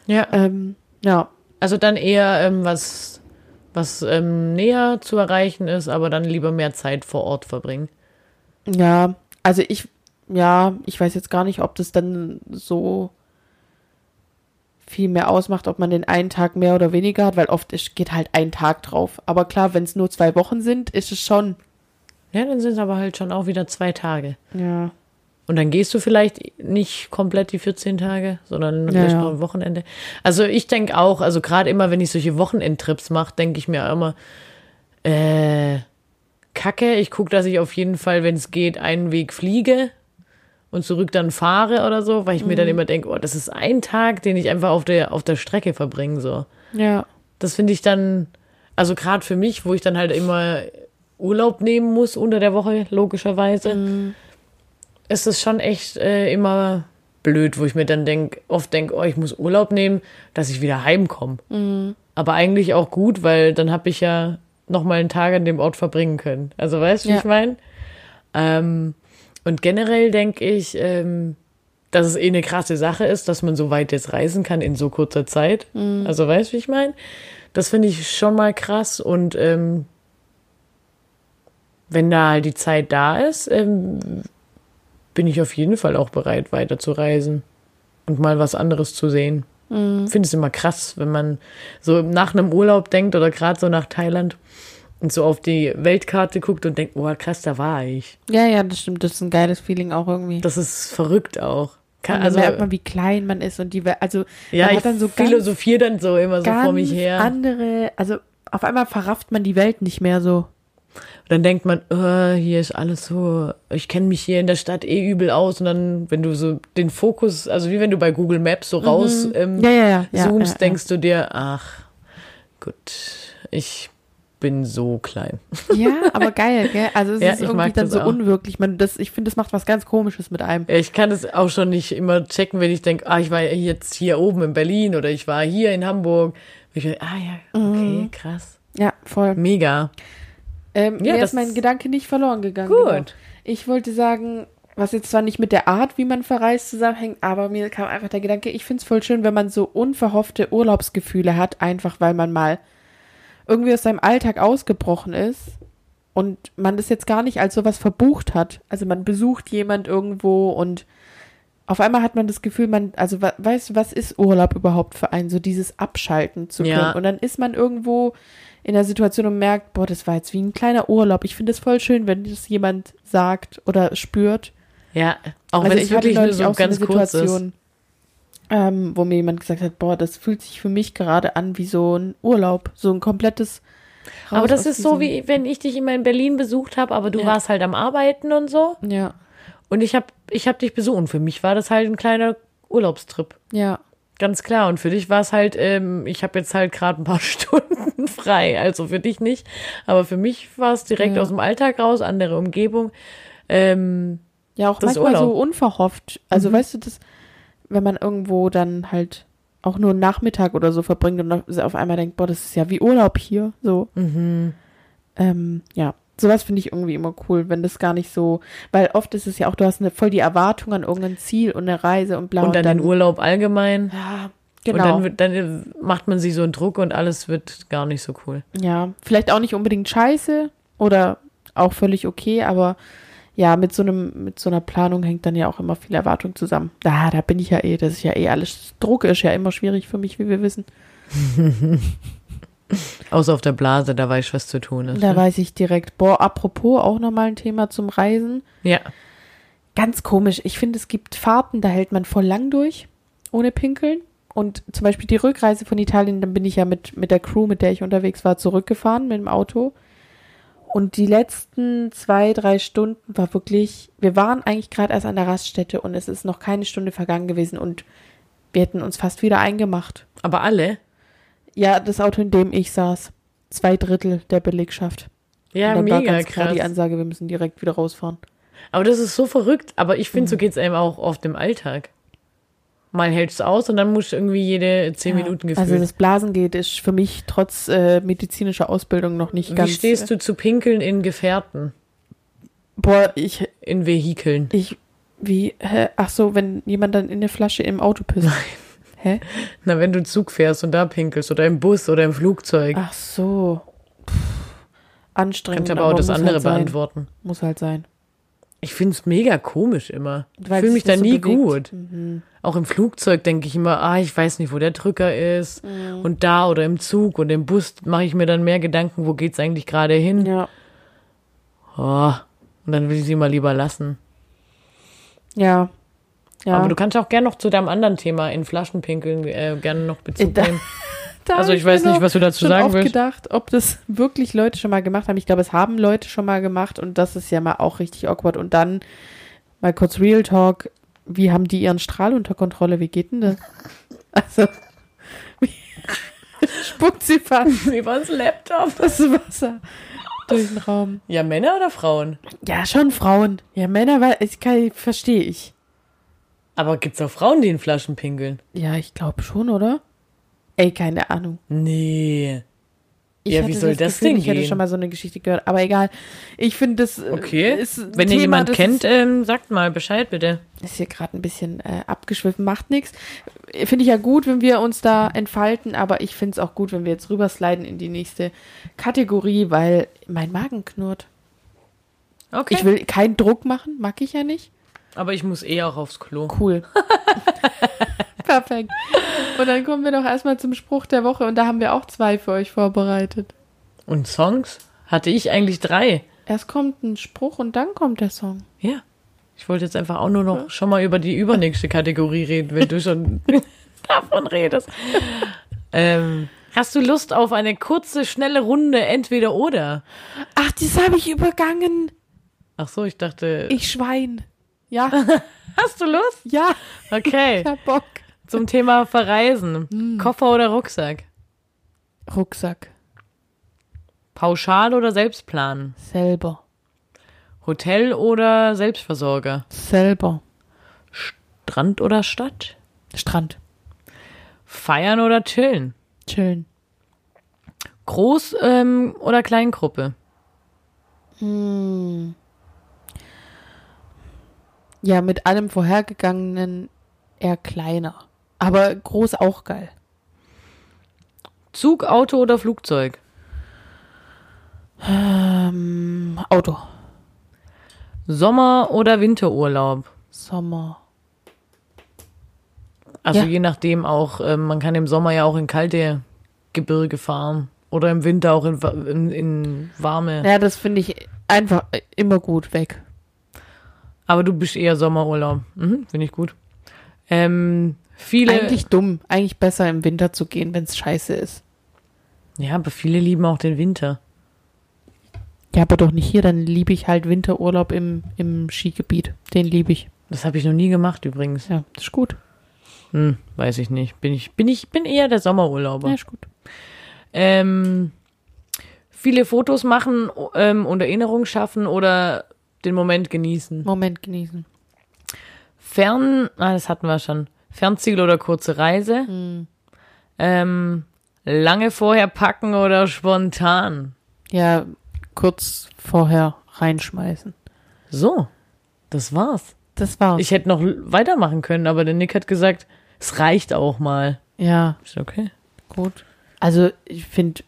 Speaker 4: ja.
Speaker 3: Ähm, ja,
Speaker 4: Also dann eher ähm, was, was ähm, näher zu erreichen ist, aber dann lieber mehr Zeit vor Ort verbringen.
Speaker 3: Ja, also ich, ja, ich weiß jetzt gar nicht, ob das dann so viel mehr ausmacht, ob man den einen Tag mehr oder weniger hat, weil oft ist, geht halt ein Tag drauf. Aber klar, wenn es nur zwei Wochen sind, ist es schon.
Speaker 4: Ja, dann sind es aber halt schon auch wieder zwei Tage.
Speaker 3: Ja.
Speaker 4: Und dann gehst du vielleicht nicht komplett die 14 Tage, sondern
Speaker 3: Ja,
Speaker 4: ja,
Speaker 3: ja.
Speaker 4: noch ein Wochenende. Also ich denke auch, also gerade immer, wenn ich solche Wochenendtrips mache, denke ich mir immer, äh, Kacke, ich gucke, dass ich auf jeden Fall, wenn es geht, einen Weg fliege und zurück dann fahre oder so, weil ich
Speaker 3: Mhm.
Speaker 4: mir dann immer denke, oh, das ist ein Tag, den ich einfach auf der, auf der Strecke verbringe, so.
Speaker 3: Ja.
Speaker 4: das finde ich dann, also gerade für mich, wo ich dann halt immer Urlaub nehmen muss unter der Woche, logischerweise, ist es schon echt äh, immer blöd, wo ich mir dann denk, oft denke, oh, ich muss Urlaub nehmen, dass ich wieder heimkomme. Aber eigentlich auch gut, weil dann habe ich ja nochmal einen Tag an dem Ort verbringen können. Also weißt du, wie
Speaker 3: Ja.
Speaker 4: ich meine? Ähm, und generell denke ich, ähm, dass es eh eine krasse Sache ist, dass man so weit jetzt reisen kann in so kurzer Zeit. Also weißt du, wie ich meine? Das finde ich schon mal krass und ähm, wenn da halt die Zeit da ist, ähm, bin ich auf jeden Fall auch bereit, weiterzureisen und mal was anderes zu sehen.
Speaker 3: Mhm.
Speaker 4: Ich finde es immer krass, wenn man so nach einem Urlaub denkt oder gerade so nach Thailand und so auf die Weltkarte guckt und denkt, oh krass, da war ich.
Speaker 3: Ja, ja, das stimmt. Das ist ein geiles Feeling auch irgendwie.
Speaker 4: Das ist verrückt auch. Kann,
Speaker 3: also
Speaker 4: also,
Speaker 3: merkt man, wie klein man ist und die, Wel- also
Speaker 4: ja,
Speaker 3: man
Speaker 4: ich
Speaker 3: hat dann so ganz,
Speaker 4: philosophiere dann so immer so vor mich
Speaker 3: ganz
Speaker 4: her.
Speaker 3: andere, also auf einmal verrafft man die Welt nicht mehr so.
Speaker 4: dann denkt man, äh, hier ist alles so, ich kenne mich hier in der Stadt eh übel aus. Und dann, wenn du so den Fokus, also wie wenn du bei Google Maps so raus ähm,
Speaker 3: Mhm. Ja, ja, ja. ja,
Speaker 4: zoomst,
Speaker 3: ja,
Speaker 4: denkst du dir, ach, gut, ich bin so klein.
Speaker 3: Ja, aber geil, gell? Also es
Speaker 4: Ja,
Speaker 3: ist
Speaker 4: ich
Speaker 3: irgendwie
Speaker 4: mag
Speaker 3: dann
Speaker 4: das
Speaker 3: so
Speaker 4: auch.
Speaker 3: unwirklich. Man, das, ich finde, das macht was ganz Komisches mit einem.
Speaker 4: Ja, Ich kann es auch schon nicht immer checken, wenn ich denke, ah, ich war jetzt hier oben in Berlin oder ich war hier in Hamburg. Ich denk, ah ja,
Speaker 3: Mhm.
Speaker 4: okay, krass.
Speaker 3: Ja, voll.
Speaker 4: Mega.
Speaker 3: Ähm,
Speaker 4: Ja,
Speaker 3: mir
Speaker 4: das-
Speaker 3: ist mein Gedanke nicht verloren gegangen.
Speaker 4: Gut.
Speaker 3: Genau. Ich wollte sagen, was jetzt zwar nicht mit der Art, wie man verreist, zusammenhängt, aber mir kam einfach der Gedanke, ich finde es voll schön, wenn man so unverhoffte Urlaubsgefühle hat, einfach weil man mal irgendwie aus seinem Alltag ausgebrochen ist und man das jetzt gar nicht als sowas verbucht hat. Also man besucht jemand irgendwo und auf einmal hat man das Gefühl, man, also wa- weißt du, was ist Urlaub überhaupt für einen? So dieses Abschalten zu können.
Speaker 4: Ja.
Speaker 3: Und dann ist man irgendwo in der Situation und merkt, boah, das war jetzt wie ein kleiner Urlaub. Ich finde es voll schön, wenn das jemand sagt oder spürt.
Speaker 4: Ja, auch
Speaker 3: Also
Speaker 4: wenn es
Speaker 3: ich hatte
Speaker 4: wirklich nur
Speaker 3: neulich
Speaker 4: so
Speaker 3: auch
Speaker 4: ganz
Speaker 3: so eine
Speaker 4: kurz ist.
Speaker 3: Situation, ähm, wo mir jemand gesagt hat, boah, das fühlt sich für mich gerade an wie so ein Urlaub, so ein komplettes. Raus
Speaker 4: Aber das
Speaker 3: aus
Speaker 4: ist so,
Speaker 3: diesem-
Speaker 4: wie wenn ich dich immer in Berlin besucht habe, aber du warst halt am Arbeiten und so.
Speaker 3: ja,
Speaker 4: Und ich habe ich hab dich besucht. Und für mich war das halt ein kleiner Urlaubstrip.
Speaker 3: ja,
Speaker 4: Ganz klar. Und für dich war es halt, ähm, ich habe jetzt halt gerade ein paar Stunden frei. Also für dich nicht. Aber für mich war es direkt aus dem Alltag raus, andere Umgebung. Ähm,
Speaker 3: ja auch
Speaker 4: Das ist
Speaker 3: manchmal so
Speaker 4: Urlaub. Mhm.
Speaker 3: unverhofft. Also weißt du, das, wenn man irgendwo dann halt auch nur einen Nachmittag oder so verbringt und auf- auf einmal denkt, boah, das ist ja wie Urlaub hier, so.
Speaker 4: Mhm.
Speaker 3: Ähm, ja, sowas finde ich irgendwie immer cool, wenn das gar nicht so, weil oft ist es ja auch, du hast eine, voll die Erwartung an irgendein Ziel und eine Reise und bla
Speaker 4: und dann den Urlaub allgemein.
Speaker 3: Ja,
Speaker 4: Und
Speaker 3: genau.
Speaker 4: dann, wird, dann äh, macht man sich so einen Druck und alles wird gar nicht so cool.
Speaker 3: ja, vielleicht auch nicht unbedingt scheiße oder auch völlig okay, aber ja, mit so einem, mit so einer Planung hängt dann ja auch immer viel Erwartung zusammen. Da, da bin ich ja eh, das ist ja eh alles. Druck ist ja immer schwierig für mich, wie wir wissen.
Speaker 4: Außer auf der Blase, da weiß ich, was zu tun ist. ne?
Speaker 3: Da weiß ich direkt. Boah, apropos, auch nochmal ein Thema zum Reisen.
Speaker 4: Ja.
Speaker 3: Ganz komisch. Ich finde, es gibt Fahrten, da hält man voll lang durch, ohne Pinkeln. Und zum Beispiel die Rückreise von Italien, dann bin ich ja mit, mit der Crew, mit der ich unterwegs war, zurückgefahren mit dem Auto. Und die letzten zwei, drei Stunden war wirklich, wir waren eigentlich gerade erst an der Raststätte und es ist noch keine Stunde vergangen gewesen und wir hätten uns fast wieder eingemacht.
Speaker 4: Aber alle?
Speaker 3: Ja, das Auto, in dem ich saß. Zwei Drittel der Belegschaft.
Speaker 4: Ja,
Speaker 3: Und dann war
Speaker 4: mega
Speaker 3: ganz klar
Speaker 4: krass.
Speaker 3: die Ansage, wir müssen direkt wieder rausfahren.
Speaker 4: Aber das ist so verrückt. Aber ich
Speaker 3: Mhm.
Speaker 4: finde, so geht's einem auch oft im Alltag. Mal hältst du aus und dann musst du irgendwie jede zehn Minuten gefühlt.
Speaker 3: Also das Blasen geht ist für mich trotz äh, medizinischer Ausbildung noch nicht ganz.
Speaker 4: Wie stehst du zu Pinkeln in Gefährten,
Speaker 3: Boah, ich,
Speaker 4: in Vehikeln?
Speaker 3: ich, wie, hä? Ach so, wenn jemand dann in der Flasche im Auto pisst. Hä?
Speaker 4: Na, wenn du Zug fährst und da pinkelst oder im Bus oder im Flugzeug.
Speaker 3: Ach so. Pff, anstrengend.
Speaker 4: Kannst aber auch das
Speaker 3: muss
Speaker 4: andere
Speaker 3: halt sein.
Speaker 4: beantworten.
Speaker 3: Muss halt sein.
Speaker 4: Ich find's mega komisch immer. Ich
Speaker 3: Weil
Speaker 4: fühle
Speaker 3: es
Speaker 4: mich
Speaker 3: sich
Speaker 4: da
Speaker 3: so
Speaker 4: nie
Speaker 3: bewegt.
Speaker 4: gut.
Speaker 3: Mhm.
Speaker 4: Auch im Flugzeug denke ich immer, ah, ich weiß nicht, wo der Drücker ist.
Speaker 3: Mhm.
Speaker 4: Und da oder im Zug und im Bus mache ich mir dann mehr Gedanken, wo geht's eigentlich gerade hin?
Speaker 3: Ja.
Speaker 4: Oh, und dann will ich sie mal lieber lassen.
Speaker 3: Ja. Ja.
Speaker 4: Aber du kannst auch gerne noch zu deinem anderen Thema in Flaschenpinkeln äh, gerne noch Bezug
Speaker 3: Da-
Speaker 4: nehmen.
Speaker 3: Da
Speaker 4: Also
Speaker 3: hab
Speaker 4: ich weiß
Speaker 3: mir
Speaker 4: nicht,
Speaker 3: noch
Speaker 4: was du dazu
Speaker 3: genau. schon
Speaker 4: sagen
Speaker 3: oft
Speaker 4: willst.
Speaker 3: gedacht, ob das wirklich Leute schon mal gemacht haben. Ich glaube, es haben Leute schon mal gemacht und das ist ja mal auch richtig awkward. Und dann mal kurz Real Talk. Wie haben die ihren Strahl unter Kontrolle? Wie geht denn das? Also, wie spuckt sie fast
Speaker 4: Übers Laptop.
Speaker 3: das Wasser durch den Raum?
Speaker 4: Ja, Männer oder Frauen?
Speaker 3: Ja, schon Frauen. Ja, Männer, weil ich kann, verstehe ich.
Speaker 4: Aber gibt's auch Frauen, die in Flaschen pinkeln?
Speaker 3: Ja, ich glaube schon, oder? Ey, keine Ahnung.
Speaker 4: Nee.
Speaker 3: Ich
Speaker 4: Ja,
Speaker 3: hatte
Speaker 4: wie soll das
Speaker 3: Gefühl,
Speaker 4: denn
Speaker 3: Ich hatte
Speaker 4: gehen?
Speaker 3: schon mal so eine Geschichte gehört, aber egal. Ich finde, das äh,
Speaker 4: Okay.
Speaker 3: ist ein
Speaker 4: Wenn ihr
Speaker 3: Thema,
Speaker 4: jemand
Speaker 3: das
Speaker 4: kennt, ähm, sagt mal Bescheid bitte.
Speaker 3: Ist, ist hier gerade ein bisschen äh, abgeschwiffen, macht nichts. Finde ich ja gut, wenn wir uns da entfalten, aber ich finde es auch gut, wenn wir jetzt rübersliden in die nächste Kategorie, weil mein Magen knurrt.
Speaker 4: Okay.
Speaker 3: Ich will keinen Druck machen, mag ich ja nicht.
Speaker 4: Aber ich muss eh auch aufs Klo.
Speaker 3: Cool. Perfekt. Und dann kommen wir doch erstmal zum Spruch der Woche und da haben wir auch zwei für euch vorbereitet.
Speaker 4: Und Songs? Hatte ich eigentlich drei.
Speaker 3: Erst kommt ein Spruch und dann kommt der Song.
Speaker 4: Ja. Ich wollte jetzt einfach auch nur noch schon mal über die übernächste Kategorie reden, wenn du schon davon redest. Ähm, hast du Lust auf eine kurze, schnelle Runde, entweder oder?
Speaker 3: Ach, das habe ich übergangen.
Speaker 4: Ach so, ich dachte,
Speaker 3: Ich Schwein. Ja,
Speaker 4: hast du Lust?
Speaker 3: ja,
Speaker 4: Okay,
Speaker 3: ich hab Bock.
Speaker 4: zum Thema Verreisen. Koffer oder Rucksack?
Speaker 3: Rucksack.
Speaker 4: Pauschal oder Selbstplan?
Speaker 3: Selber.
Speaker 4: Hotel oder Selbstversorger?
Speaker 3: Selber.
Speaker 4: Strand oder Stadt?
Speaker 3: Strand.
Speaker 4: Feiern oder chillen?
Speaker 3: Chillen.
Speaker 4: Groß ähm, oder Kleingruppe?
Speaker 3: Hm. Ja, mit allem vorhergegangenen eher kleiner. Aber groß auch geil.
Speaker 4: Zug, Auto oder Flugzeug?
Speaker 3: Ähm, Auto.
Speaker 4: Sommer- oder Winterurlaub?
Speaker 3: Sommer.
Speaker 4: Also
Speaker 3: Ja.
Speaker 4: je nachdem auch, ähm, man kann im Sommer ja auch in kalte Gebirge fahren oder im Winter auch in, wa- in, in warme.
Speaker 3: Ja, das finde ich einfach immer gut weg.
Speaker 4: Aber du bist eher Sommerurlaub. Mhm, Finde ich gut. Ähm, viele,
Speaker 3: Eigentlich dumm. Eigentlich besser im Winter zu gehen, wenn es scheiße ist.
Speaker 4: ja, aber viele lieben auch den Winter.
Speaker 3: Ja, aber doch nicht hier. Dann liebe ich halt Winterurlaub im, im Skigebiet. Den liebe ich.
Speaker 4: Das habe ich noch nie gemacht übrigens.
Speaker 3: Ja, das ist gut.
Speaker 4: Hm, weiß ich nicht. Bin ich, bin ich, bin eher der Sommerurlauber.
Speaker 3: Ja, ist gut.
Speaker 4: Ähm, viele Fotos machen ähm, und Erinnerung schaffen oder den Moment genießen.
Speaker 3: Moment genießen.
Speaker 4: Fern, ah, das hatten wir schon. Fernziel oder kurze Reise.
Speaker 3: Hm.
Speaker 4: Ähm, lange vorher packen oder spontan.
Speaker 3: Ja, kurz vorher reinschmeißen.
Speaker 4: So, das war's.
Speaker 3: Das war's.
Speaker 4: Ich hätte noch l- weitermachen können, aber der Nick hat gesagt, es reicht auch mal.
Speaker 3: ja,
Speaker 4: Ist okay.
Speaker 3: gut. Also ich finde,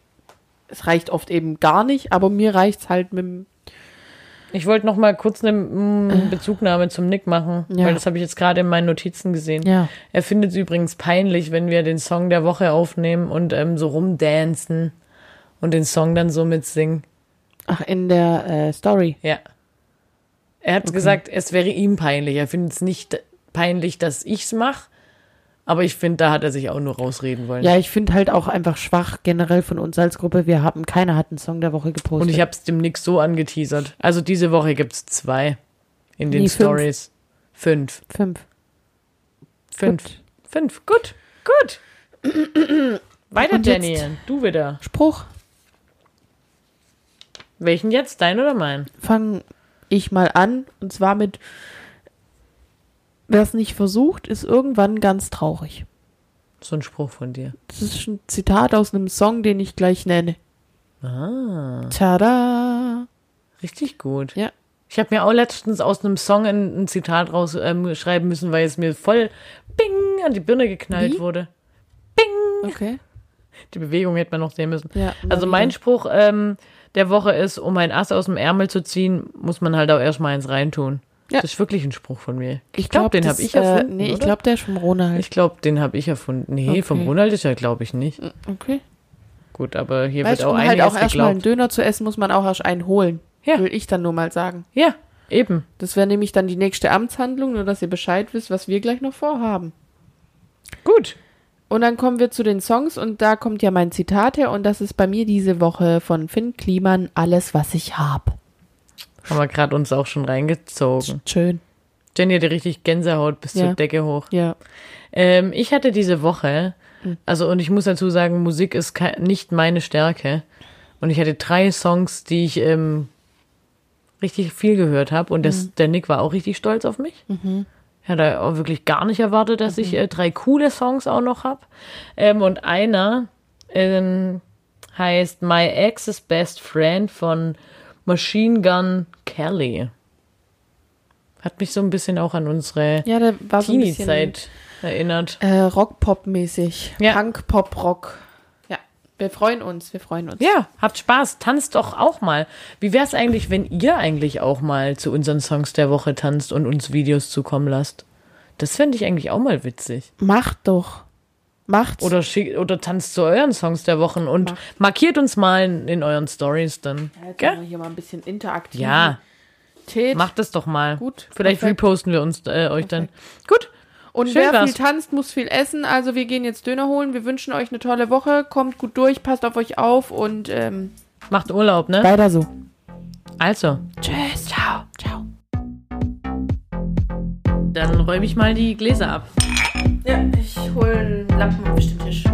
Speaker 3: es reicht oft eben gar nicht, aber mir reicht's halt mit dem.
Speaker 4: Ich wollte noch mal kurz eine mm, Bezugnahme zum Nick machen,
Speaker 3: Ja.
Speaker 4: weil das habe ich jetzt gerade in meinen Notizen gesehen.
Speaker 3: Ja.
Speaker 4: Er findet es übrigens peinlich, wenn wir den Song der Woche aufnehmen und ähm, so rumdancen. und den Song dann so mitsingen.
Speaker 3: Ach, in der äh, Story.
Speaker 4: Ja. Er hat gesagt, es wäre ihm peinlich. Er findet es nicht peinlich, dass ich's mache. Aber ich finde, da hat er sich auch nur rausreden wollen.
Speaker 3: Ja, ich finde halt auch einfach schwach generell von uns als Gruppe. Wir haben, keiner hat einen Song der Woche gepostet.
Speaker 4: und ich habe es demnächst so angeteasert. Also diese Woche gibt's zwei in den
Speaker 3: Nee, fünf.
Speaker 4: Stories. Fünf.
Speaker 3: fünf.
Speaker 4: Fünf.
Speaker 3: Gut.
Speaker 4: Fünf. Gut. Gut. Weiter,
Speaker 3: Und jetzt-
Speaker 4: Jenny. Du wieder.
Speaker 3: Spruch.
Speaker 4: Welchen jetzt? Dein oder mein?
Speaker 3: fange ich mal an. Und zwar mit, wer es nicht versucht, ist irgendwann ganz traurig.
Speaker 4: So ein Spruch von dir.
Speaker 3: Das ist ein Zitat aus einem Song, den ich gleich nenne.
Speaker 4: Ah,
Speaker 3: Tada!
Speaker 4: richtig gut.
Speaker 3: Ja.
Speaker 4: Ich habe mir auch letztens aus einem Song ein, ein Zitat rausschreiben ähm, schreiben müssen, weil es mir voll bing an die Birne geknallt
Speaker 3: Wie?
Speaker 4: wurde.
Speaker 3: Okay.
Speaker 4: Die Bewegung hätte man noch sehen müssen.
Speaker 3: Ja, mal
Speaker 4: also mein
Speaker 3: wieder.
Speaker 4: Spruch ähm, der Woche ist, um ein Ass aus dem Ärmel zu ziehen, muss man halt auch erstmal eins reintun.
Speaker 3: Ja.
Speaker 4: Das ist wirklich ein Spruch von mir. Ich glaube, den
Speaker 3: das,
Speaker 4: habe ich
Speaker 3: äh,
Speaker 4: erfunden.
Speaker 3: nee, ich
Speaker 4: oder?
Speaker 3: glaube, der ist vom Ronald.
Speaker 4: Ich glaube, den habe ich erfunden. Nee, vom
Speaker 3: Okay. Hm.
Speaker 4: Ronald ist ja, glaube ich, nicht.
Speaker 3: okay.
Speaker 4: Gut, aber hier
Speaker 3: Weißt
Speaker 4: wird
Speaker 3: du,
Speaker 4: auch
Speaker 3: um halt
Speaker 4: einiges
Speaker 3: auch erstmal einen
Speaker 4: geglaubt.
Speaker 3: Döner zu essen, muss man auch erst einen holen.
Speaker 4: Ja.
Speaker 3: Will ich dann nur mal sagen.
Speaker 4: Ja, eben.
Speaker 3: Das wäre nämlich dann die nächste Amtshandlung, nur dass ihr Bescheid wisst, was wir gleich noch vorhaben.
Speaker 4: Gut.
Speaker 3: Und dann kommen wir zu den Songs und da kommt ja mein Zitat her und das ist bei mir diese Woche von Finn Kliman, alles was ich hab.
Speaker 4: Haben wir gerade uns auch schon reingezogen.
Speaker 3: Schön.
Speaker 4: Jenny hatte richtig Gänsehaut bis
Speaker 3: Ja.
Speaker 4: zur Decke hoch.
Speaker 3: Ja.
Speaker 4: Ähm, ich hatte diese Woche, also und ich muss dazu sagen, Musik ist kei- nicht meine Stärke. Und ich hatte drei Songs, die ich ähm, richtig viel gehört habe. Und das, der Nick war auch richtig stolz auf mich. Hat er auch wirklich gar nicht erwartet, dass ich äh, drei coole Songs auch noch habe. Ähm, und einer ähm, heißt My Ex's Best Friend von Machine Gun Kelly. Hat mich so ein bisschen auch an unsere
Speaker 3: Ja, da war so ein bisschen
Speaker 4: Teenie-Zeit erinnert.
Speaker 3: äh, Rock-Pop-mäßig.
Speaker 4: Ja.
Speaker 3: Punk-Pop-Rock. Ja. Wir freuen uns, wir freuen uns.
Speaker 4: Ja, habt Spaß, tanzt doch auch mal. Wie wär's eigentlich, wenn ihr eigentlich auch mal zu unseren Songs der Woche tanzt und uns Videos zukommen lasst? Das fände ich eigentlich auch mal witzig.
Speaker 3: Macht doch. Macht's.
Speaker 4: Oder, schick, oder tanzt zu euren Songs der Wochen und markiert uns mal in, in euren Stories dann.
Speaker 3: Jetzt
Speaker 4: gell?
Speaker 3: machen wir hier mal ein bisschen interaktiv.
Speaker 4: Ja,
Speaker 3: Tät.
Speaker 4: macht das doch mal.
Speaker 3: Gut,
Speaker 4: Vielleicht
Speaker 3: perfekt.
Speaker 4: reposten wir uns äh, euch dann. Gut,
Speaker 3: Und
Speaker 4: Schön
Speaker 3: wer
Speaker 4: war's.
Speaker 3: viel tanzt, muss viel essen. Also wir gehen jetzt Döner holen. Wir wünschen euch eine tolle Woche. Kommt gut durch, passt auf euch auf und ähm,
Speaker 4: macht Urlaub, ne?
Speaker 3: weiter so.
Speaker 4: Also.
Speaker 3: Tschüss. Ciao. Ciao.
Speaker 4: Dann räume ich mal die Gläser ab.
Speaker 2: Ja, ich hole einen Lappen auf den Tisch.